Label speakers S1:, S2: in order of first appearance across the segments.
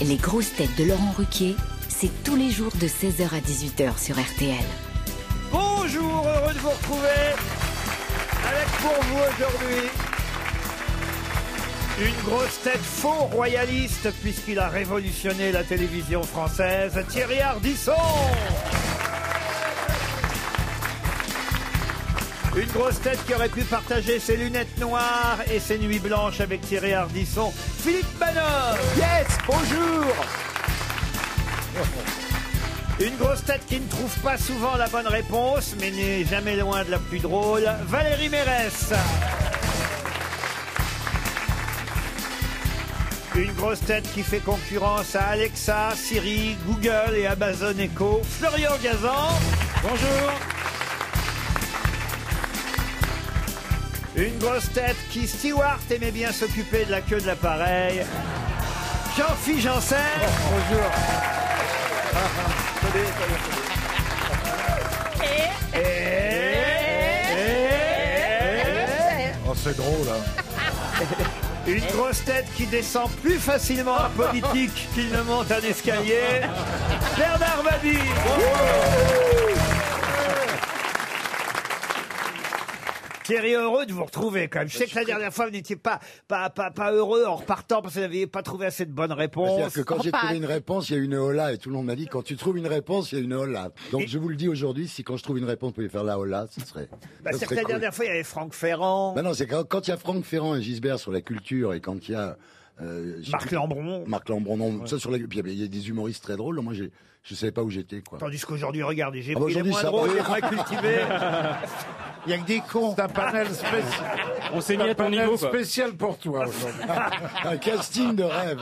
S1: Les grosses têtes de Laurent Ruquier, c'est tous les jours de 16h à 18h sur RTL.
S2: Eh,
S3: Bonjour, heureux de vous retrouver avec pour vous aujourd'hui une grosse tête faux royaliste puisqu'il a révolutionné la télévision française, Thierry Ardisson. Une grosse tête qui aurait pu partager ses lunettes noires et ses nuits blanches avec Thierry Ardisson, Philippe Manoff. Yes, bonjour. Une grosse tête qui ne trouve pas souvent la bonne réponse, mais n'est jamais loin de la plus drôle, Valérie Mérès. Une grosse tête qui fait concurrence à Alexa, Siri, Google et Amazon Echo, Florian Gazan. Bonjour. Une grosse tête qui, Stewart, aimait bien s'occuper de la queue de l'appareil. Jean-Philippe Janssen. Oh, Bonjour.
S4: Oh, c'est drôle,
S5: hein.
S4: là.
S3: Une grosse tête qui descend plus facilement en politique qu'il ne monte un escalier. Bernard Mabille. Thierry, heureux de vous retrouver quand même. Je sais que la dernière fois, vous n'étiez pas, pas, pas, pas heureux en repartant parce que vous n'aviez pas trouvé assez de bonnes réponses.
S4: C'est-à-dire que quand j'ai trouvé une réponse, il y a une hola et tout le monde m'a dit quand tu trouves une réponse, il y a une hola. Donc je vous le dis aujourd'hui, si quand je trouve une réponse, vous pouvez faire la hola, ce serait.
S3: Bah,
S4: ce
S3: c'est que
S4: serait
S3: la
S4: cool.
S3: dernière fois, il y avait Franck Ferrand,
S4: Bah non, c'est quand quand il y a Franck Ferrand et Gisbert sur la culture et quand il y a euh, j'ai
S3: Marc
S4: plus-
S3: Lambron.
S4: Marc Lambron, non, ça sur la. Puis il y a des humoristes très drôles. Moi, j'ai- je savais pas où j'étais, quoi.
S3: Tandis qu'aujourd'hui, regardez, j'ai
S4: Ah bah,
S3: pris les
S4: aujourd'hui,
S3: moins
S4: ça
S3: drôles,
S4: va.
S3: les moins cultivés.
S5: Il y a que des cons. C'est un panel spécial.
S6: On s'est mis à ton niveau. quoi.
S5: spécial pour toi aujourd'hui.
S4: Un casting de rêve.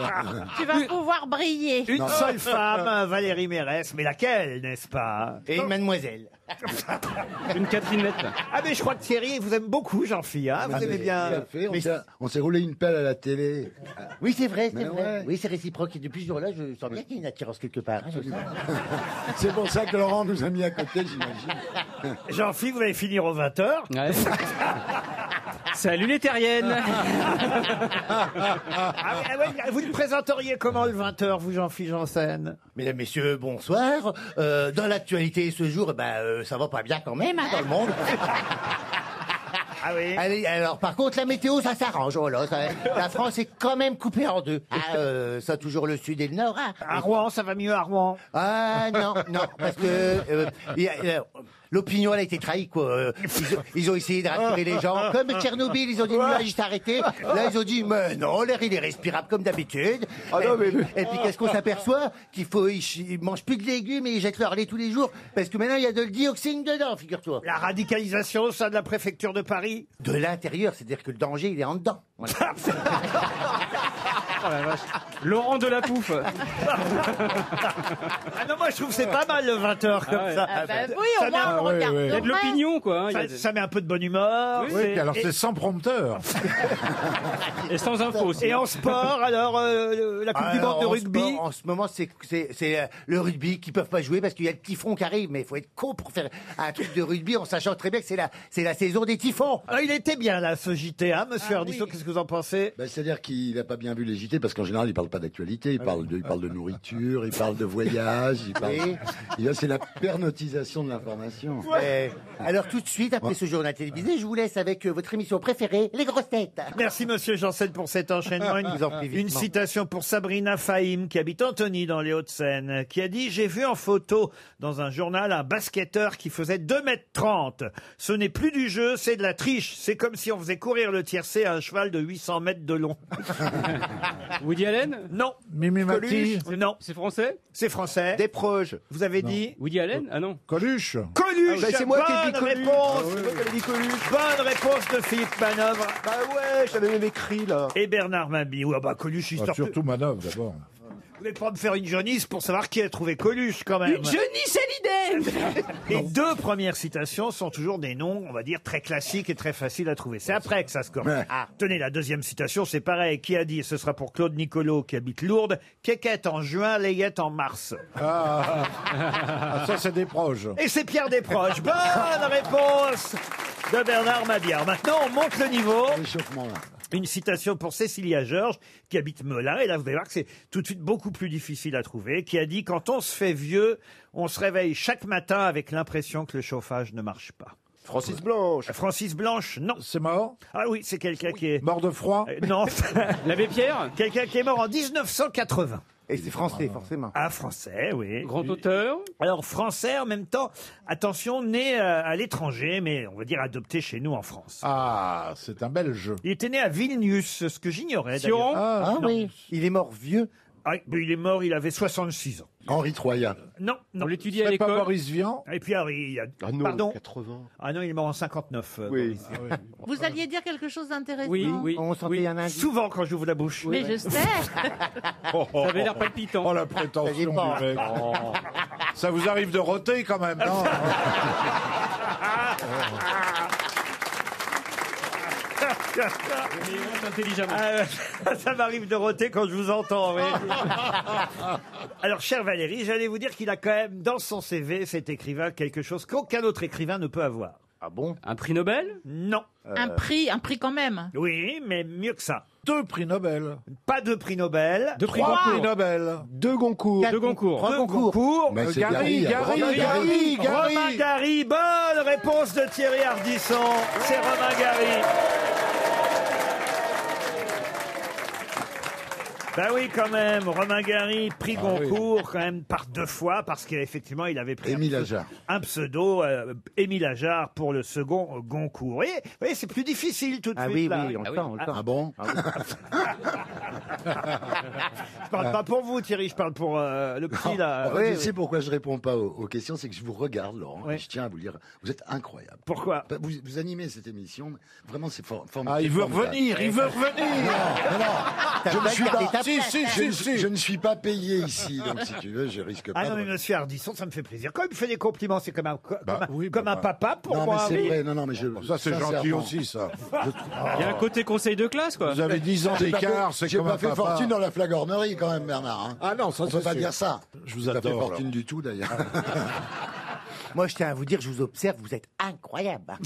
S7: Tu vas pouvoir briller.
S3: Une seule femme, Valérie Mérès, mais laquelle, n'est-ce pas
S5: Et mademoiselle.
S6: Une Catherine Nette.
S3: Ah, mais je crois que Thierry vous aime beaucoup, Jean-Philippe.
S5: Ah,
S3: hein, vous aimez
S4: Tout à
S3: bien.
S4: fait, on
S3: Mais-
S4: s'est- on s'est roulé une pelle à la télé.
S8: Ah, Oui, c'est vrai,
S4: Mais
S8: c'est vrai.
S4: ouais.
S8: Oui, c'est réciproque. Et depuis ce jour-là, je sens bien qu'il y a une attirance quelque part. hein, je le sens.
S4: C'est pour ça que Laurent nous a mis à côté, j'imagine.
S3: Jean-Philippe, vous allez finir aux 20h.
S6: Ouais. Salut les terriennes.
S3: Ah, ouais, ah ouais, vous le présenteriez comment le 20h, vous, Jean-Philippe Janssen
S8: Mesdames, messieurs, bonsoir. Euh, dans l'actualité, ce jour, ben, euh, ça va pas bien quand même hein, dans le monde.
S3: Ah oui
S8: Allez, alors par contre, la météo, ça s'arrange. oh là, ça- la France est quand même coupée en deux. Ah, euh, ça toujours le sud et le nord. hein.
S3: À Rouen, ça va mieux à Rouen.
S8: Ah non, non, parce que euh, il y a- euh, l'opinion elle a été trahie quoi. Euh, Ils ont, ils ont essayé de rassurer les gens. Comme Tchernobyl, ils ont dit nous là juste arrêté. Là ils ont dit mais non, l'air il est respirable comme d'habitude.
S3: Ah
S8: et, puis- et puis qu'est-ce qu'on s'aperçoit Qu'il faut ils, ch- ils mangent plus de légumes et ils jettent leur lait tous les jours parce que maintenant il y a de le dioxine dedans, figure-toi.
S3: La radicalisation, ça, de la préfecture de Paris
S8: De l'intérieur, c'est-à-dire que le danger il est en dedans.
S6: Oh
S8: Voilà.
S6: Laurent Delapouffe.
S3: Ah non, moi, je trouve que c'est pas mal, le 20h, comme
S6: Ah ouais.
S3: ça.
S7: Ah bah oui,
S3: ça
S7: au moins
S3: met-
S7: on
S5: ouais,
S7: regarde.
S5: ouais.
S6: Il y a de
S7: Thomas.
S6: l'opinion quoi. hein. Il y
S3: Ça,
S6: a de-
S3: ça met un peu de bonne humeur.
S6: Oui,
S5: Oui,
S6: c'est-
S5: alors c'est sans prompteur.
S6: Et sans info aussi.
S3: Et en sport, alors, euh, le- la Coupe du
S8: Alors,
S3: Monde de
S8: en
S3: rugby
S8: ce moment- en ce moment, c'est- c'est c'est, euh, le rugby qui peuvent pas jouer parce qu'il y a le typhon qui arrive. Mais il faut être con pour faire un truc de rugby en sachant très bien que c'est la, c'est la saison des typhons.
S3: Ah, il était bien là, ce JT, hein, monsieur
S5: Ah
S3: Ardisson, qu'est-ce que vous en pensez
S4: Bah, C'est-à-dire qu'il n'a pas bien vu les JT parce qu'en général, il parle pas d'actualité, il parle de, il parle de nourriture, il parle de voyage, il parle.
S8: Oui.
S4: Et là, c'est la pernotisation de l'information.
S8: Euh, alors tout de suite, après ce journal télévisé, je vous laisse avec euh, votre émission préférée, Les Grosses Têtes.
S3: Merci Monsieur Janssen pour cet enchaînement. Une,
S8: Je vous en prie,
S3: une
S8: vivement.
S3: citation pour Sabrina Fahim qui habite Antony dans les Hauts-de-Seine, qui a dit J'ai vu en photo dans un journal un basketteur qui faisait 2 mètres 30. Ce n'est plus du jeu, c'est de la triche. C'est comme si on faisait courir le tiercé à un cheval de 800 mètres de long.
S6: Woody Allen.
S3: Non.
S5: Mimi Mati.
S3: Coluche Non.
S6: C'est français.
S3: C'est français.
S9: Des proches.
S3: Vous avez dit
S6: Woody Allen. Ah non.
S5: Coluche.
S3: Coluche.
S9: Bah, c'est moi qui ai dit
S3: Bonne
S9: Coluche.
S3: réponse.
S9: Ah ouais. C'est moi qui ai dit Coluche.
S3: Bonne réponse de Philippe Manœuvre
S9: Bah ouais, j'avais même écrit là.
S3: et Bernard Mabie. Ouais, bah Coluche, il
S5: Ah,
S3: sort-
S5: surtout manœuvre d'abord.
S3: Vous voulez pas me faire une jaunisse pour savoir qui a trouvé Coluche quand même Les deux premières citations sont toujours des noms, on va dire, très classiques et très faciles à trouver. C'est après que ça se corrige.
S4: Ouais.
S3: Ah, tenez, la deuxième citation, c'est pareil. Qui a dit, ce sera pour Claude Nicolo qui habite Lourdes, Kékette en juin, Layette en mars.
S5: Ah, ah, ça c'est des proches.
S3: Et c'est Pierre Desproges. Bonne réponse de Bernard Mabillard. Maintenant, on monte le niveau.
S4: Réchauffement là.
S3: Une citation pour Cécilia Georges, qui habite Melun, et là vous allez voir que c'est tout de suite beaucoup plus difficile à trouver, qui a dit Quand on se fait vieux, on se réveille chaque matin avec l'impression que le chauffage ne marche pas.
S9: Francis Blanche.
S3: Euh, Francis Blanche, non.
S5: C'est mort
S3: Ah oui, c'est quelqu'un qui est.
S5: Mort de froid
S3: Euh, Non,
S6: L'abbé Pierre
S3: quelqu'un qui est mort en 1980.
S8: Et c'est français, forcément.
S3: Ah, français, oui.
S6: Grand auteur
S3: Alors, français en même temps, attention, né euh, à l'étranger, mais on va dire adopté chez nous en France.
S5: Ah, c'est un belge.
S3: Il était né à Vilnius, ce que j'ignorais d'ailleurs.
S6: Sioran
S8: Ah oui. Il est mort vieux.
S3: Ah, mais il est mort, il avait 66 ans.
S4: Henri Troya.
S3: Non,
S6: On
S3: non.
S6: l'étudie à
S5: C'est pas
S6: l'école.
S5: Maurice Vian
S3: Et puis, alors, il y a...
S9: Ah non,
S3: Pardon
S9: 80.
S3: Ah non, il est mort en 59. euh,
S9: Oui.
S5: Ah
S7: Vous alliez dire quelque chose d'intéressant
S6: Oui, oui.
S8: On sentait
S6: oui.
S8: un indice.
S3: Souvent, quand j'ouvre la bouche.
S7: Mais je sais.
S6: Ça avait l'air palpitant.
S5: Oh la prétention
S8: Ça dépend. hein. Oh.
S5: du mec. Ça vous arrive de roter quand même, non
S6: Mais il monte intelligemment.
S3: Ah, euh, ça m'arrive de roter quand je vous entends. oui. Alors, cher Valérie, j'allais vous dire qu'il a quand même dans son CV, cet écrivain, quelque chose qu'aucun autre écrivain ne peut avoir.
S8: Ah bon
S6: Un prix Nobel
S3: Non.
S7: Un prix, un prix quand même.
S3: Oui, mais mieux que ça.
S5: Euh. Deux prix Nobel.
S3: Pas de prix Nobel.
S6: Deux prix
S5: Trois prix
S6: Goncourt.
S5: Nobel.
S9: Deux Goncourt.
S6: Deux Goncourt.
S3: Deux concours.
S4: Mais
S5: Euh,
S4: c'est
S5: Gary,
S4: Gary,
S5: Gary,
S4: Romain Gary.
S5: Gary,
S3: Romain
S5: Gary.
S3: Gary, bonne réponse de Thierry Ardisson. C'est Romain Gary. Ben oui, quand même, Romain Gary,
S4: Ah
S3: prix Goncourt, quand même, par deux fois, parce qu'effectivement, il avait pris un
S4: Émile
S3: pseudo-
S4: Ajar.
S3: un pseudo, euh, Émile Ajar, pour le second euh, Goncourt. Et, vous voyez, c'est plus difficile tout de
S8: Ah
S3: suite,
S8: oui,
S3: là.
S8: oui, on le sent, on le sent.
S4: Ah bon
S3: Je parle pas pour vous, Thierry, je parle pour euh, le petit, là.
S4: En fait, je sais pourquoi je réponds pas aux, aux questions, c'est que je vous regarde, Laurent,
S3: Ouais.
S4: et je tiens à vous le dire, vous êtes incroyable.
S3: Pourquoi
S4: Bah, Vous, vous animez cette émission, vraiment c'est for- formidable.
S5: Ah, il veut
S4: C'est formidable.
S5: revenir, il veut revenir.
S4: Non, non, je ne suis pas,
S5: Si, si,
S4: je,
S5: si, si.
S4: je ne suis pas payé ici, donc si tu veux, je risque pas.
S3: hein. Ah non,
S4: de-
S3: mais monsieur Ardisson, ça me fait plaisir. Quand il me fait des compliments, c'est comme un, co-
S5: Bah
S3: comme un-
S5: oui, bah
S3: comme un
S5: bah.
S3: papa pour
S4: Non, mais
S3: moi.
S4: c'est
S3: oui.
S4: vrai, non, non, mais je.
S5: Ça, c'est gentil
S4: sincèrement,
S5: aussi, ça.
S6: Il y a un côté conseil de classe, quoi.
S5: Vous avez 10 ans
S4: j'ai pas
S5: d'écart,
S4: fait-
S5: c'est
S4: J'ai
S5: comme
S4: pas
S5: un
S4: fait
S5: papa.
S4: fortune dans la flagornerie quand même, Bernard. hein.
S5: Ah non, ça,
S4: On peut
S5: c'est
S4: pas
S5: sûr.
S4: dire ça.
S5: Je vous
S4: J'ai pas fait
S5: adore,
S4: fortune du tout d'ailleurs.
S8: Moi, je tiens à vous dire, je vous observe, vous êtes incroyable.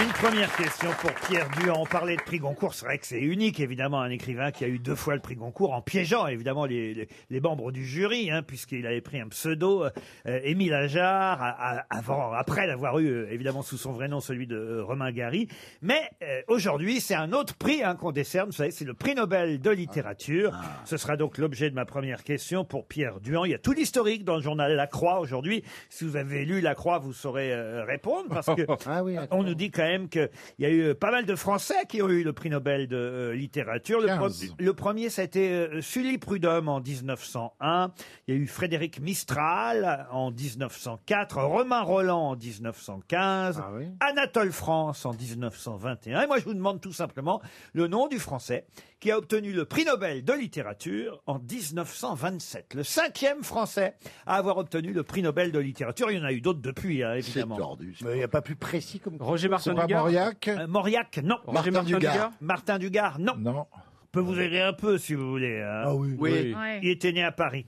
S3: Une première question pour Pierre Duan. On parlait de prix Goncourt. C'est vrai que c'est unique, évidemment, un écrivain qui a eu deux fois le prix Goncourt en piégeant, évidemment, les, les- les membres du jury, hein, puisqu'il avait pris un pseudo, euh, euh, Émile Ajar, à- à- avant, après l'avoir eu, euh, évidemment, sous son vrai nom, celui de euh, Romain Gary. Mais euh, aujourd'hui, c'est un autre prix hein, qu'on décerne. Vous savez, c'est le prix Nobel de littérature.
S8: Ah.
S3: Ce sera donc l'objet de ma première question pour Pierre Duan. Il y a tout l'historique dans le journal La Croix aujourd'hui. Si vous avez lu La Croix, vous saurez euh, répondre, parce que
S8: Ah oui,
S3: on nous dit quand même qu'il y a eu pas mal de Français qui ont eu le prix Nobel de euh, littérature. Le,
S5: 15.
S3: le premier, ça a été euh, Sully Prudhomme en 1901. Il y a eu Frédéric Mistral en 1904, Romain Roland en 1915,
S8: Ah oui.
S3: Anatole France en 1921. Et moi, je vous demande tout simplement le nom du Français qui a obtenu le prix Nobel de littérature en 1927. Le cinquième Français à avoir obtenu le prix Nobel de littérature. Il y en a eu d'autres depuis, hein,
S4: C'est
S3: évidemment.
S4: tordu.
S8: Mais il n'y a pas plus précis comme
S6: Roger Martin
S5: C'est pas
S6: Dugard.
S5: Mauriac
S3: Euh, Mauriac, non.
S6: Roger
S4: Martin
S6: Martin
S4: Dugard.
S6: Dugard.
S3: Martin Dugard, non.
S5: Non.
S3: Je peux vous aider un peu si vous voulez. hein.
S6: Oui.
S3: Il était né à Paris.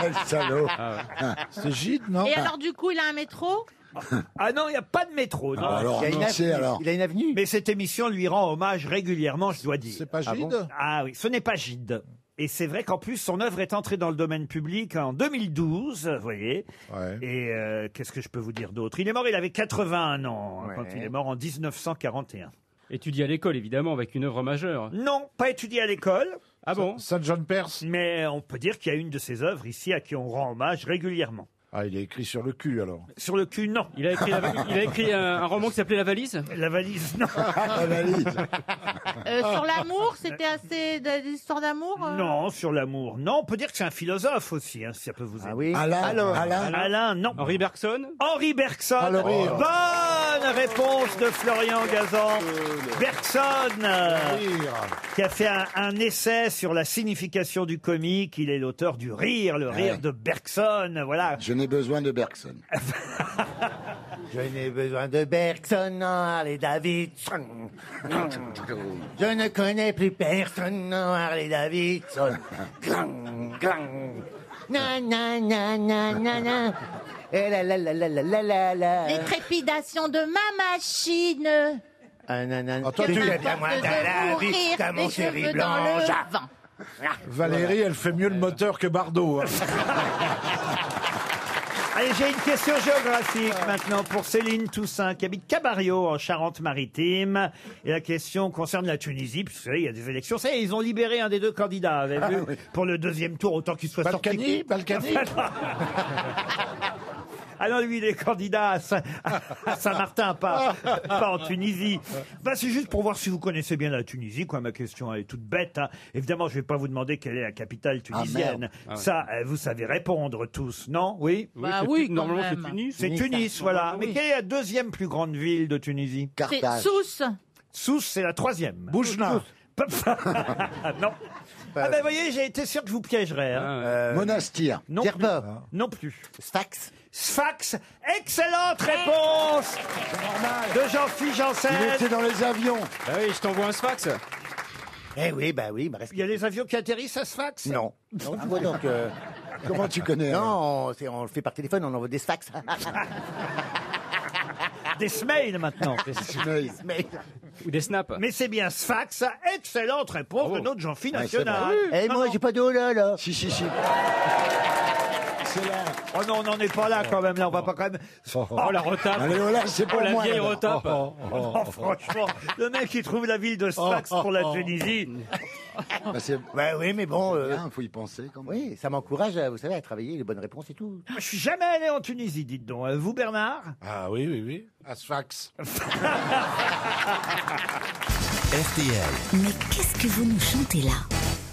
S4: Quel salaud.
S7: Ah
S4: Ah,
S5: C'est Gide, non
S7: Et alors du coup, il a un métro
S3: Ah non, il n'y a pas de métro.
S5: Ah,
S3: non.
S4: Alors,
S8: Il a une
S4: non, c'est
S8: avenue.
S4: alors.
S8: Il a une avenue.
S3: Mais cette émission lui rend hommage régulièrement, je dois dire.
S5: C'est pas Gide
S3: Ah oui, ce n'est pas Gide. Et c'est vrai qu'en plus, son œuvre est entrée dans le domaine public en 2012, vous voyez.
S5: Ouais.
S3: Et euh, qu'est-ce que je peux vous dire d'autre Il est mort, il avait 81 ans hein,
S8: Ouais.
S3: quand il est mort en 1941.
S6: Étudie à l'école, évidemment, avec une œuvre majeure.
S3: Non, pas étudié à l'école,
S6: Ah bon
S5: Saint John Perse
S3: mais on peut dire qu'il y a une de ses œuvres ici à qui on rend hommage régulièrement.
S5: Ah, il est écrit sur le cul, alors.
S3: Sur le cul, non.
S6: il a écrit, la- il a écrit un, un roman qui s'appelait La valise
S3: La valise, non.
S4: Ah, la liste.
S7: Euh,
S4: Ah.
S7: Sur l'amour, c'était assez de- des histoires d'amour euh
S3: Non, sur l'amour. Non, on peut dire que c'est un philosophe aussi, hein, si ça peut vous aider.
S8: Ah oui.
S4: Alain,
S8: Alors,
S4: Alain.
S3: Alain, non.
S6: Henri Bergson
S3: Henri Bergson.
S5: Alors, oui.
S3: Bonne réponse de Florian Gazan.
S5: Euh,
S3: Bergson, euh, qui a fait un, un essai sur la signification du comique. Il est l'auteur du rire, le rire
S4: Ouais.
S3: de Bergson. Voilà.
S4: Ah Je n'ai besoin de Bergson.
S8: Je n'ai besoin de Bergson, Harley Davidson. Je ne connais plus personne, Harley Davidson. Glang, glang. Na, na, na, na, na, na. Eh la la la la la la la la.
S7: Les trépidations de ma machine.
S8: Ah, nan, nan.
S4: Attends,
S8: Que
S4: tu-
S8: m'importe
S5: Ah,
S7: de mourir,
S8: comme
S7: les
S8: mon chéri
S7: cheveux dans
S8: blanc,
S7: le
S8: Jacques.
S7: vent.
S4: Valérie, elle fait mieux le moteur que Bardot. hein.
S3: Allez, j'ai une question géographique maintenant pour Céline Toussaint qui habite Cabario en Charente-Maritime. Et la question concerne la Tunisie, puisque vous savez, il y a des élections. Ça y est, ils ont libéré un des deux candidats, vous avez vu, pour le deuxième tour, autant qu'il soit sorti.
S4: Ah
S3: Ah,
S4: Balkany, Balkany.
S3: Alors lui, il est candidat à, Saint- à Saint-Martin, pas, pas en Tunisie. Bah, c'est juste pour voir si vous connaissez bien la Tunisie. Quoi, ma question elle est toute bête. hein. Évidemment, je ne vais pas vous demander quelle est la
S4: Ah,
S3: capitale tunisienne. Ça, euh, vous savez répondre tous, non Oui.
S6: Oui,
S7: Bah
S6: c'est-
S7: oui, quand
S6: normalement
S7: même.
S6: c'est Tunis.
S3: C'est Tunis, voilà.
S6: Oui.
S3: Mais quelle est la deuxième plus grande ville de Tunisie
S7: C'est
S10: Carthage.
S7: Sousse.
S3: Sousse, c'est la troisième.
S4: Boujna.
S3: Pop. non. Ah ben voyez, j'ai été sûr que je vous piégerais. hein.
S6: Ah,
S10: Monastir.
S3: Non plus.
S8: Djerba.
S3: Non plus.
S8: Sfax.
S3: Sfax, excellente réponse de Jean-Philippe Janssen.
S4: Il était dans les avions.
S6: Bah oui, je t'envoie un sfax.
S8: Eh oui, bah oui, bah reste.
S3: Il y a des avions qui atterrissent à Sfax
S8: Non. Ah ouais, donc, euh,
S10: Comment tu connais alors
S8: non, on, c'est- on le fait par téléphone, on envoie des fax.
S3: Des smails maintenant.
S10: Smaïl.
S8: Mais,
S6: Ou des snaps.
S3: Mais c'est bien Sfax, excellente réponse de notre Jean-Philippe National.
S8: eh,
S3: Non,
S8: moi,
S3: non.
S8: j'ai pas de oh là là.
S10: Si, si, si.
S3: Oh non, on n'en est pas là quand même, là, on va pas quand même...
S6: Oh la retape.
S10: Allez, oh là, c'est
S6: Oh
S10: pour
S6: la
S10: moi.
S6: vieille
S10: là-bas.
S6: retape.
S3: Oh, franchement, le mec qui trouve la ville de Sfax pour la Tunisie,
S10: Bah, c'est
S8: Bah oui, mais bon. euh,
S10: bien, faut y penser quand même.
S8: oui, ça m'encourage, euh, vous savez, à travailler les bonnes réponses et tout.
S3: Ah, je suis jamais allé en Tunisie, dites donc. Euh, Vous, Bernard
S4: Ah oui, oui, oui. Asfax.
S11: RTL.
S12: Mais qu'est-ce que vous nous chantez là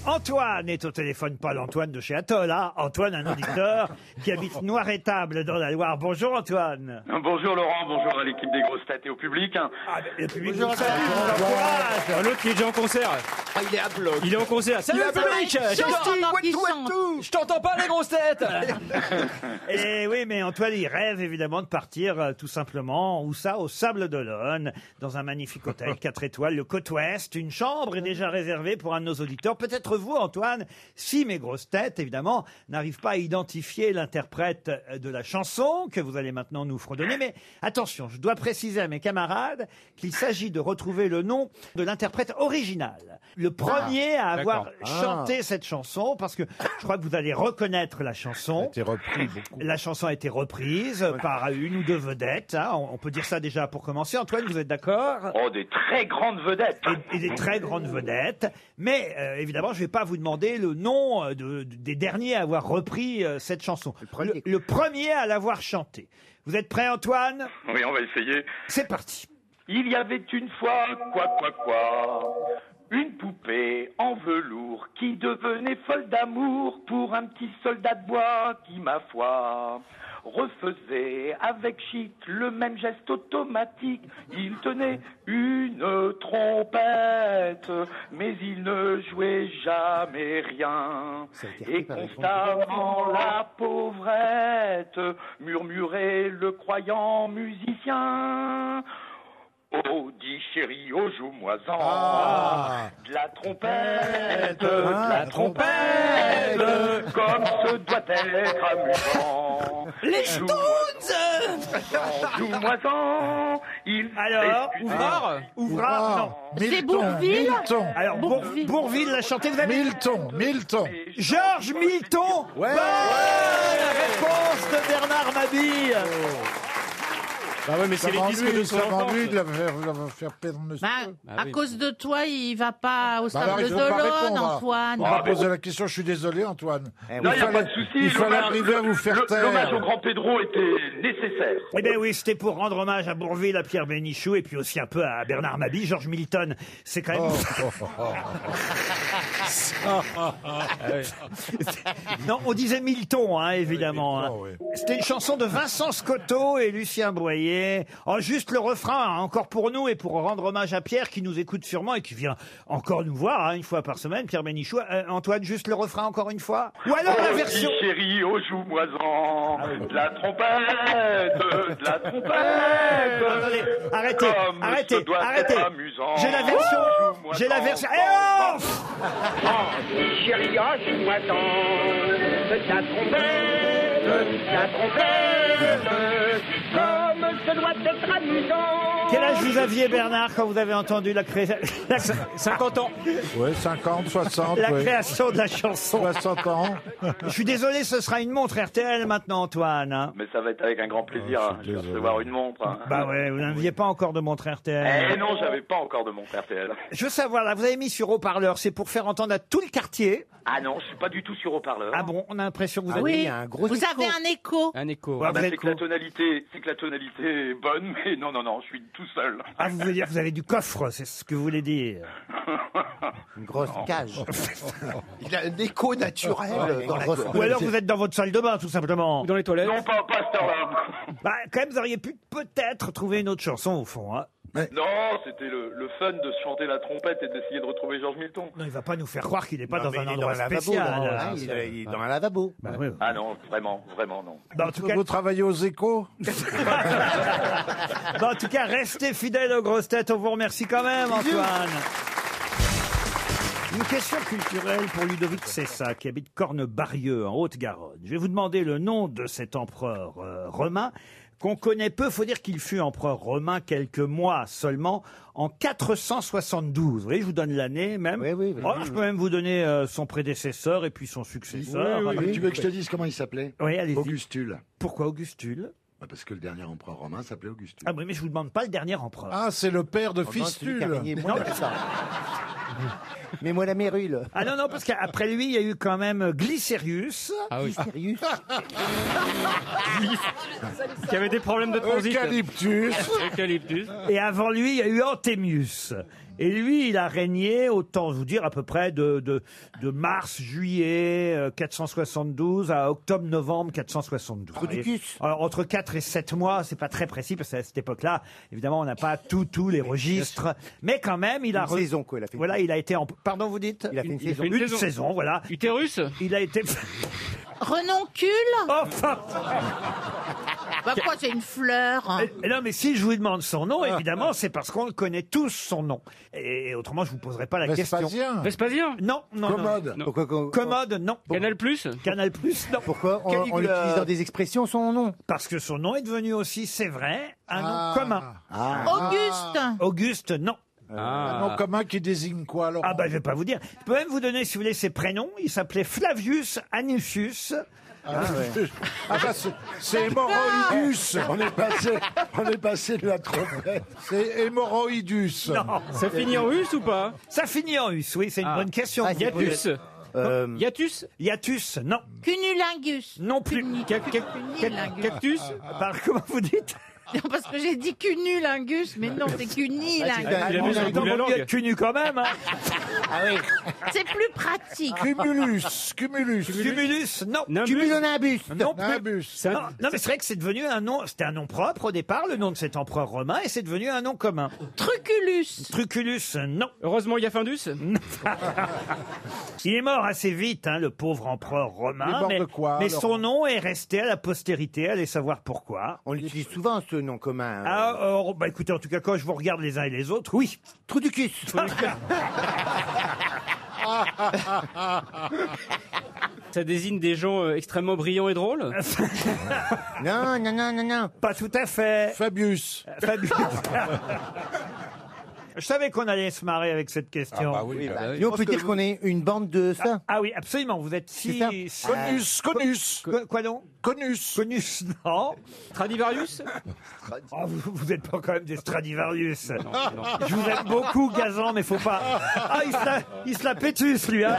S3: Antoine est au téléphone, pas l'Antoine de chez Atoll, hein. Antoine, un auditeur qui habite Noirétable dans la Loire. Bonjour Antoine.
S5: Bonjour Laurent, bonjour à l'équipe des grosses têtes et au public.
S3: Ah, mais le public nous salue, nous encourage.
S6: Ah, L'autre qui est déjà en concert.
S13: il est à bloc.
S6: Il est en concert. Salut le public
S7: Chante pendant qu'il chante.
S6: Je t'entends pas les grosses têtes
S3: Et oui, mais Antoine, il rêve évidemment de partir euh, tout simplement, où ça, au Sable d'Olonne, dans un magnifique hôtel 4 étoiles, le Côte Ouest. Une chambre est déjà réservée pour un de nos auditeurs. Peut-être vous, Antoine, si mes grosses têtes, évidemment, n'arrivent pas à identifier l'interprète euh, de la chanson que vous allez maintenant nous fredonner. Mais attention, je dois préciser à mes camarades qu'il s'agit de retrouver le nom de l'interprète original. Le premier à avoir chanté cette chanson, parce que je crois que vous allez reconnaître la chanson.
S4: T'es repris beaucoup.
S3: La chanson a été reprise par une ou deux vedettes. hein. On on peut dire ça déjà pour commencer. Antoine, vous êtes d'accord
S5: Oh, des très grandes vedettes.
S3: et, et des très grandes vedettes. Mais euh, évidemment, je ne vais pas vous demander le nom euh, de- de- des derniers à avoir repris euh, cette chanson. Le
S8: premier.
S3: le premier à l'avoir chantée. Vous êtes prêt, Antoine
S5: Oui, on va essayer.
S3: C'est parti.
S5: Il y avait une fois, quoi, quoi, quoi, une poupée en velours qui devenait folle d'amour pour un petit soldat de bois qui, ma foi, refaisait avec chic le même geste automatique. Il tenait une trompette, mais il ne jouait jamais rien.
S8: Ça a été repris
S5: Et
S8: par les
S5: constamment la pauvrette murmurait le croyant musicien. Oh, dis chérie, oh, joue-moi-en De la trompette, Ah. de la trompette Comme ce doit être amusant
S3: Euh,
S5: Les Stones Joue-moi-en Il
S3: Alors,
S5: s'est-
S6: Ouvrard
S3: Ouvrard, non.
S7: C'est Bourville
S4: Milton.
S3: Alors, Bour- Bourville, l'a chantée. Vous avez-
S4: Milton. Milton.
S3: Georges Milton Bonne réponse de Bernard Mabille
S6: Bah ouais, mais
S4: Ça
S6: c'est les disques de
S4: m'ennuie,
S6: son
S4: ça
S6: enfance.
S4: m'ennuie de la faire, de la faire perdre monsieur.
S7: Bah,
S6: Ah
S7: à
S6: oui.
S7: cause de toi, il va pas au
S4: Bah alors,
S7: stade
S4: il
S7: de
S4: faut pas
S7: Dolonne,
S4: répondre, alors.
S7: Antoine.
S4: On
S5: Bah,
S4: m'a posé la question, je suis désolé Antoine.
S8: Eh oui.
S5: Non, il n'y a pas de souci.
S4: il fallait
S5: l'hommage-
S4: arriver à vous
S5: le-
S4: faire
S5: L'hommage au
S4: taire.
S5: grand Pedro était nécessaire.
S3: Eh bien oui, c'était pour rendre hommage à Bourville, à Pierre Bénichou et puis aussi un peu à Bernard Mabille, Georges Milton. C'est quand même...
S4: Oh.
S3: non, on disait Milton, hein, évidemment.
S4: Milton,
S3: hein.
S4: oui.
S3: C'était une chanson de Vincent Scotto et Lucien Boyer. Oh, juste le refrain, hein, encore pour nous et pour rendre hommage à Pierre qui nous écoute sûrement et qui vient encore nous voir hein, une fois par semaine, Pierre Bénichou. Euh, Antoine, juste le refrain encore une fois Ou alors la
S5: Oh,
S3: version... Ah
S5: dis, chérie, oh, joue-moi-en De la trompette, de la trompette
S3: Attendez, arrêtez,
S5: Comme ce
S3: arrêtez,
S5: doit
S3: arrêtez.
S5: être amusant.
S3: J'ai la version,
S5: Joue-moi
S3: j'ai la
S5: dans,
S3: version.
S5: dans,
S3: Eh oh
S5: Chérie, oh, joue-moi-en De la trompette, de la trompette
S14: Comme ce doit être amusant.
S3: Quel âge vous aviez, Bernard, quand vous avez entendu la création 50 ans.
S5: Ouais, 50, 60.
S3: La
S5: ouais.
S3: création de la chanson.
S5: 60 ans.
S3: Je suis désolé, ce sera une montre RTL maintenant, Antoine. hein.
S15: Mais ça va être avec un grand plaisir.
S3: Ah,
S15: hein. Je vais recevoir une montre. hein.
S3: Bah euh, ouais, vous n'aviez pas encore de montre RTL.
S15: Eh non, j'avais pas encore de montre RTL.
S3: Je veux savoir, là, vous avez mis sur haut-parleur, c'est pour faire entendre à tout le quartier.
S15: Ah non, je suis pas du tout sur haut-parleur.
S3: Ah bon, on a l'impression que vous
S15: Ah
S3: avez
S15: oui, il y
S7: a un gros Vous écho. avez un écho.
S3: Un écho.
S15: Ah bah, c'est que la tonalité, c'est que la tonalité est bonne, mais non, non, non, je suis tout seul.
S3: Ah, vous voulez dire que vous avez du coffre, c'est ce que vous voulez dire.
S15: Une
S3: grosse
S15: cage.
S9: Il a un écho naturel dans la
S3: Ou alors vous êtes dans votre salle de bain, tout simplement. dans les toilettes.
S15: Non, pas, pas cette heure-là.
S3: Bah, quand même, vous auriez pu peut-être trouver une autre chanson, au fond. hein.
S15: Non, c'était le, le fun de se chanter la trompette et d'essayer de retrouver Georges Milton.
S3: Non, il va pas nous faire croire qu'il n'est pas
S15: Non,
S3: dans
S15: mais
S3: un
S15: il est
S3: endroit
S15: dans un lavabo,
S3: spécial.
S15: dans-
S3: hein.
S15: ah, il est-
S8: Il est dans un lavabo.
S15: Ah non, vraiment, vraiment non.
S3: Bah, en tout cas-
S5: Vous travaillez aux échos
S3: Bah, en tout cas, restez fidèles aux grosses têtes. On vous remercie quand même, Antoine. Une question culturelle pour Ludovic Cessa, qui habite Cornebarieux, en Haute-Garonne. Je vais vous demander le nom de cet empereur euh, romain qu'on connaît peu. Faut dire qu'il fut empereur romain quelques mois seulement, en 472. Vous voyez, je vous donne l'année même. Oh, je peux même vous donner euh, son prédécesseur et puis son successeur.
S4: Tu veux que je te dise comment il s'appelait
S3: Oui, allez-y.
S4: Augustule.
S3: Pourquoi Augustule
S4: Bah, Parce que le dernier empereur romain s'appelait Augustule.
S3: Ah oui, mais je vous demande pas le dernier empereur.
S5: Ah, c'est le père de Fistule.
S3: Non, mais-
S8: Mais moi la mérule.
S3: Ah non, non, parce qu'après lui, il y a eu quand même Glycérius. Ah oui. Glycérius. qui avait des problèmes de
S5: transit. Eucalyptus.
S3: Eucalyptus. Et avant lui, il y a eu Antémius. Et lui, il a régné, autant vous dire, à peu près de, de, de mars, juillet euh, 472 à octobre, novembre 472.
S8: Prodicus.
S3: Alors, entre 4 et 7 mois, c'est pas très précis, parce qu'à cette époque-là, évidemment, on n'a pas tout, tous les registres. Mais quand même, il a...
S8: Une saison, quoi, il a fait une
S3: Voilà, il a été... En... Pardon, vous dites Il a fait
S8: une saison.
S3: Une, saison. voilà. Utérus Il a été...
S7: Renoncule
S3: Enfin
S7: Bah quoi, c'est une fleur hein.
S3: Et Eh, non, mais si je vous demande son nom,
S5: Ah.
S3: évidemment, c'est parce qu'on le connaît tous son nom. Et autrement, je vous poserai pas la question.
S5: Vespasien.
S3: Vespasien Non, non.
S8: Commode.
S3: non.
S8: Pourquoi qu'on-
S3: Commode, non. Canal Plus Canal Plus, non. Pourquoi
S8: On, on l'utilise dans des expressions, son nom.
S3: Parce que son nom est devenu aussi, c'est vrai,
S5: Ah.
S3: un nom commun.
S5: Ah.
S7: Auguste.
S3: Auguste, non.
S5: Un nom commun qui désigne quoi alors
S3: Ah bah je vais pas vous dire. Je peux même vous donner, si vous voulez, ses prénoms. Il s'appelait Flavius Anusius.
S5: Ah, ouais. Ah bah, c'est- c'est
S4: Hémorroïdus
S5: hémorroïdus.
S3: Ah.
S4: on est, passé, on est passé de la trompette.
S5: C'est hémorroïdus.
S3: Non.
S6: Ça finit en us ou pas
S3: Ça finit en us, oui, c'est une
S6: Ah.
S3: bonne question.
S6: Ah, c'est Euh, Hiatus.
S3: Non. Hiatus Hiatus, non.
S7: Cunulingus.
S3: Non plus.
S7: Cunilingus.
S3: Cactus
S6: Ah,
S3: Par- Comment vous dites
S7: Non, parce que j'ai dit cunulingus, mais non, c'est
S3: Ah,
S7: cunilingus.
S3: en même temps,
S6: la
S3: vaut mieux
S6: langue. Ah
S3: être cul nu quand même. hein. Ah,
S7: C'est plus pratique.
S5: Cumulus. Cumulus.
S3: Cumulus, non.
S8: Cumulonimbus.
S3: Non, plus.
S5: Nimbus.
S3: Non, non, mais c'est vrai que c'est devenu un nom, c'était un nom propre au départ, le nom de cet empereur romain, et c'est devenu un nom commun.
S7: Truculus.
S3: Truculus, non. Heureusement, il y a Findus. il est mort assez vite, hein, le pauvre empereur romain.
S5: Il est mort
S3: mais
S5: de quoi,
S3: mais
S5: Laurent
S3: son nom est resté à la postérité, allez savoir pourquoi.
S8: On l'utilise souvent, ce nom commun.
S3: Ah, or, bah écoutez, en tout cas, quand je vous regarde les uns et les autres, oui.
S8: Truducus.
S6: Ça désigne des gens euh, extrêmement brillants et drôles
S8: non, non, non, non, non.
S3: Pas tout à fait. Euh,
S5: Fabius.
S3: Fabius. Je savais qu'on allait se marrer avec cette question. Ah,
S8: Oui, bah, nous, on peut dire qu'on est une bande de ça.
S3: oui, absolument. Vous êtes Ah, si.
S8: C'est
S3: si-
S5: Conus. Conus.
S3: Quoi, quoi donc
S5: Conus.
S3: Conus, non.
S6: Tradivarius
S3: Oh, vous, vous êtes pas quand même des Stradivarius. Je vous aime beaucoup, Gazan, mais faut pas. Ah, il se la, il se la pétus, lui. Hein.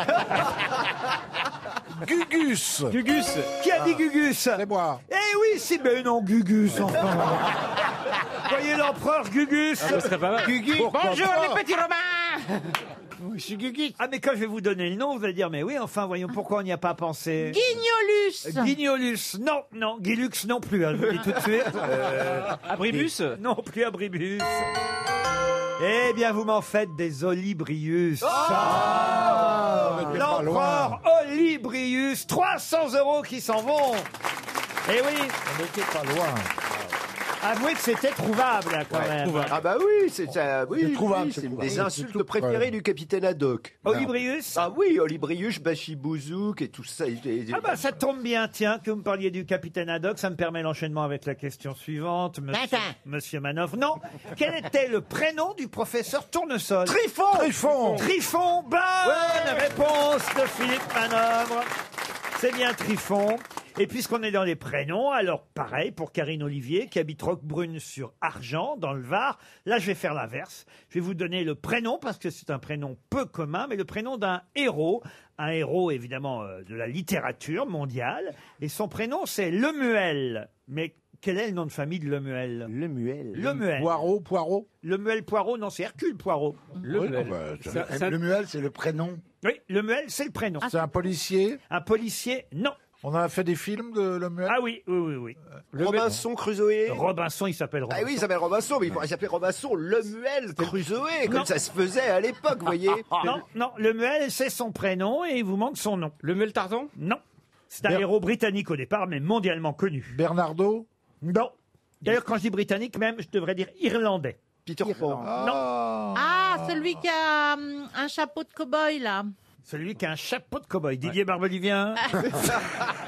S5: Gugus.
S6: Gugus
S3: Qui a dit Gugus
S5: C'est moi.
S3: Eh oui, si, ben non, Gugus, enfin. Voyez l'empereur Gugus.
S6: Ce Ah, serait pas mal.
S5: Bonjour les petits.
S3: Ah, mais quand je vais vous donner le nom, vous allez dire, mais oui, enfin, voyons, pourquoi on n'y a pas pensé Euh,
S7: Guignolus.
S3: Guignolus, non, non, Guilux non plus, hein, je vous le dis tout de suite.
S6: Euh, Abribus
S3: Non plus Abribus. Eh bien, vous m'en faites des Olibrius.
S6: Oh,
S3: L'empereur Olibrius, 300 euros qui s'en vont. Eh oui, Ah,
S5: On n'était pas loin.
S3: Avouez que c'était trouvable, là, quand même.
S9: Ah bah oui, c'est ça, oui,
S3: C'est trouvable,
S9: oui,
S3: c'est
S9: c'est une
S3: trouvable.
S9: des
S3: C'est
S9: insultes
S3: tout-
S9: préférées
S3: ouais.
S9: du capitaine Haddock.
S3: Olibrius
S9: Ah oui, Olibrius, Bachibouzouk et tout ça. et- et-
S3: Ah bah ça tombe bien, tiens, que vous me parliez du capitaine Haddock, ça me permet l'enchaînement avec la question suivante, monsieur, monsieur Manoff. Non, quel était le prénom du professeur Tournesol Trifon Trifon Trifon, bonne réponse de Philippe Manœuvre C'est bien Trifon. Et puisqu'on est dans les prénoms, alors pareil pour Karine Olivier qui habite Roquebrune sur Argent, dans le Var. Là, je vais faire l'inverse. Je vais vous donner le prénom parce que c'est un prénom peu commun, mais le prénom d'un héros. Un héros, évidemment, euh, de la littérature mondiale. Et son prénom, c'est Lemuel. Mais quel est le nom de famille de Lemuel Lemuel. Lemuel. Poirot, Poirot. Lemuel Poirot, non, c'est Hercule Poirot.
S4: Lemuel. Oui, bah, c'est- Ça- ça- Lemuel,
S3: c'est le prénom. Oui, Lemuel, c'est le prénom.
S5: C'est un policier
S3: Un policier, non.
S5: On a fait des films de Le Muet
S3: Ah oui, oui, oui. oui.
S9: Robinson Crusoe.
S3: Robinson, il s'appelle
S9: Ah
S3: Robinson.
S9: oui, il s'appelle Robinson, mais il pourrait s'appeler Robinson Lemuel Crusoe,
S3: Non.
S9: comme ça se faisait à l'époque, vous voyez.
S3: Non, non, le Muel, c'est son prénom et il vous manque son nom. Le Muel Tarzan Non. C'est un héros britannique au départ, mais mondialement connu. Bernardo Non. D'ailleurs, quand je dis britannique, même, je devrais dire irlandais.
S9: Peter Pan.
S3: Non.
S7: Ah, celui qui a hum, un chapeau de cow-boy, là.
S3: Celui qui a un chapeau de cow-boy. Didier Barbelivien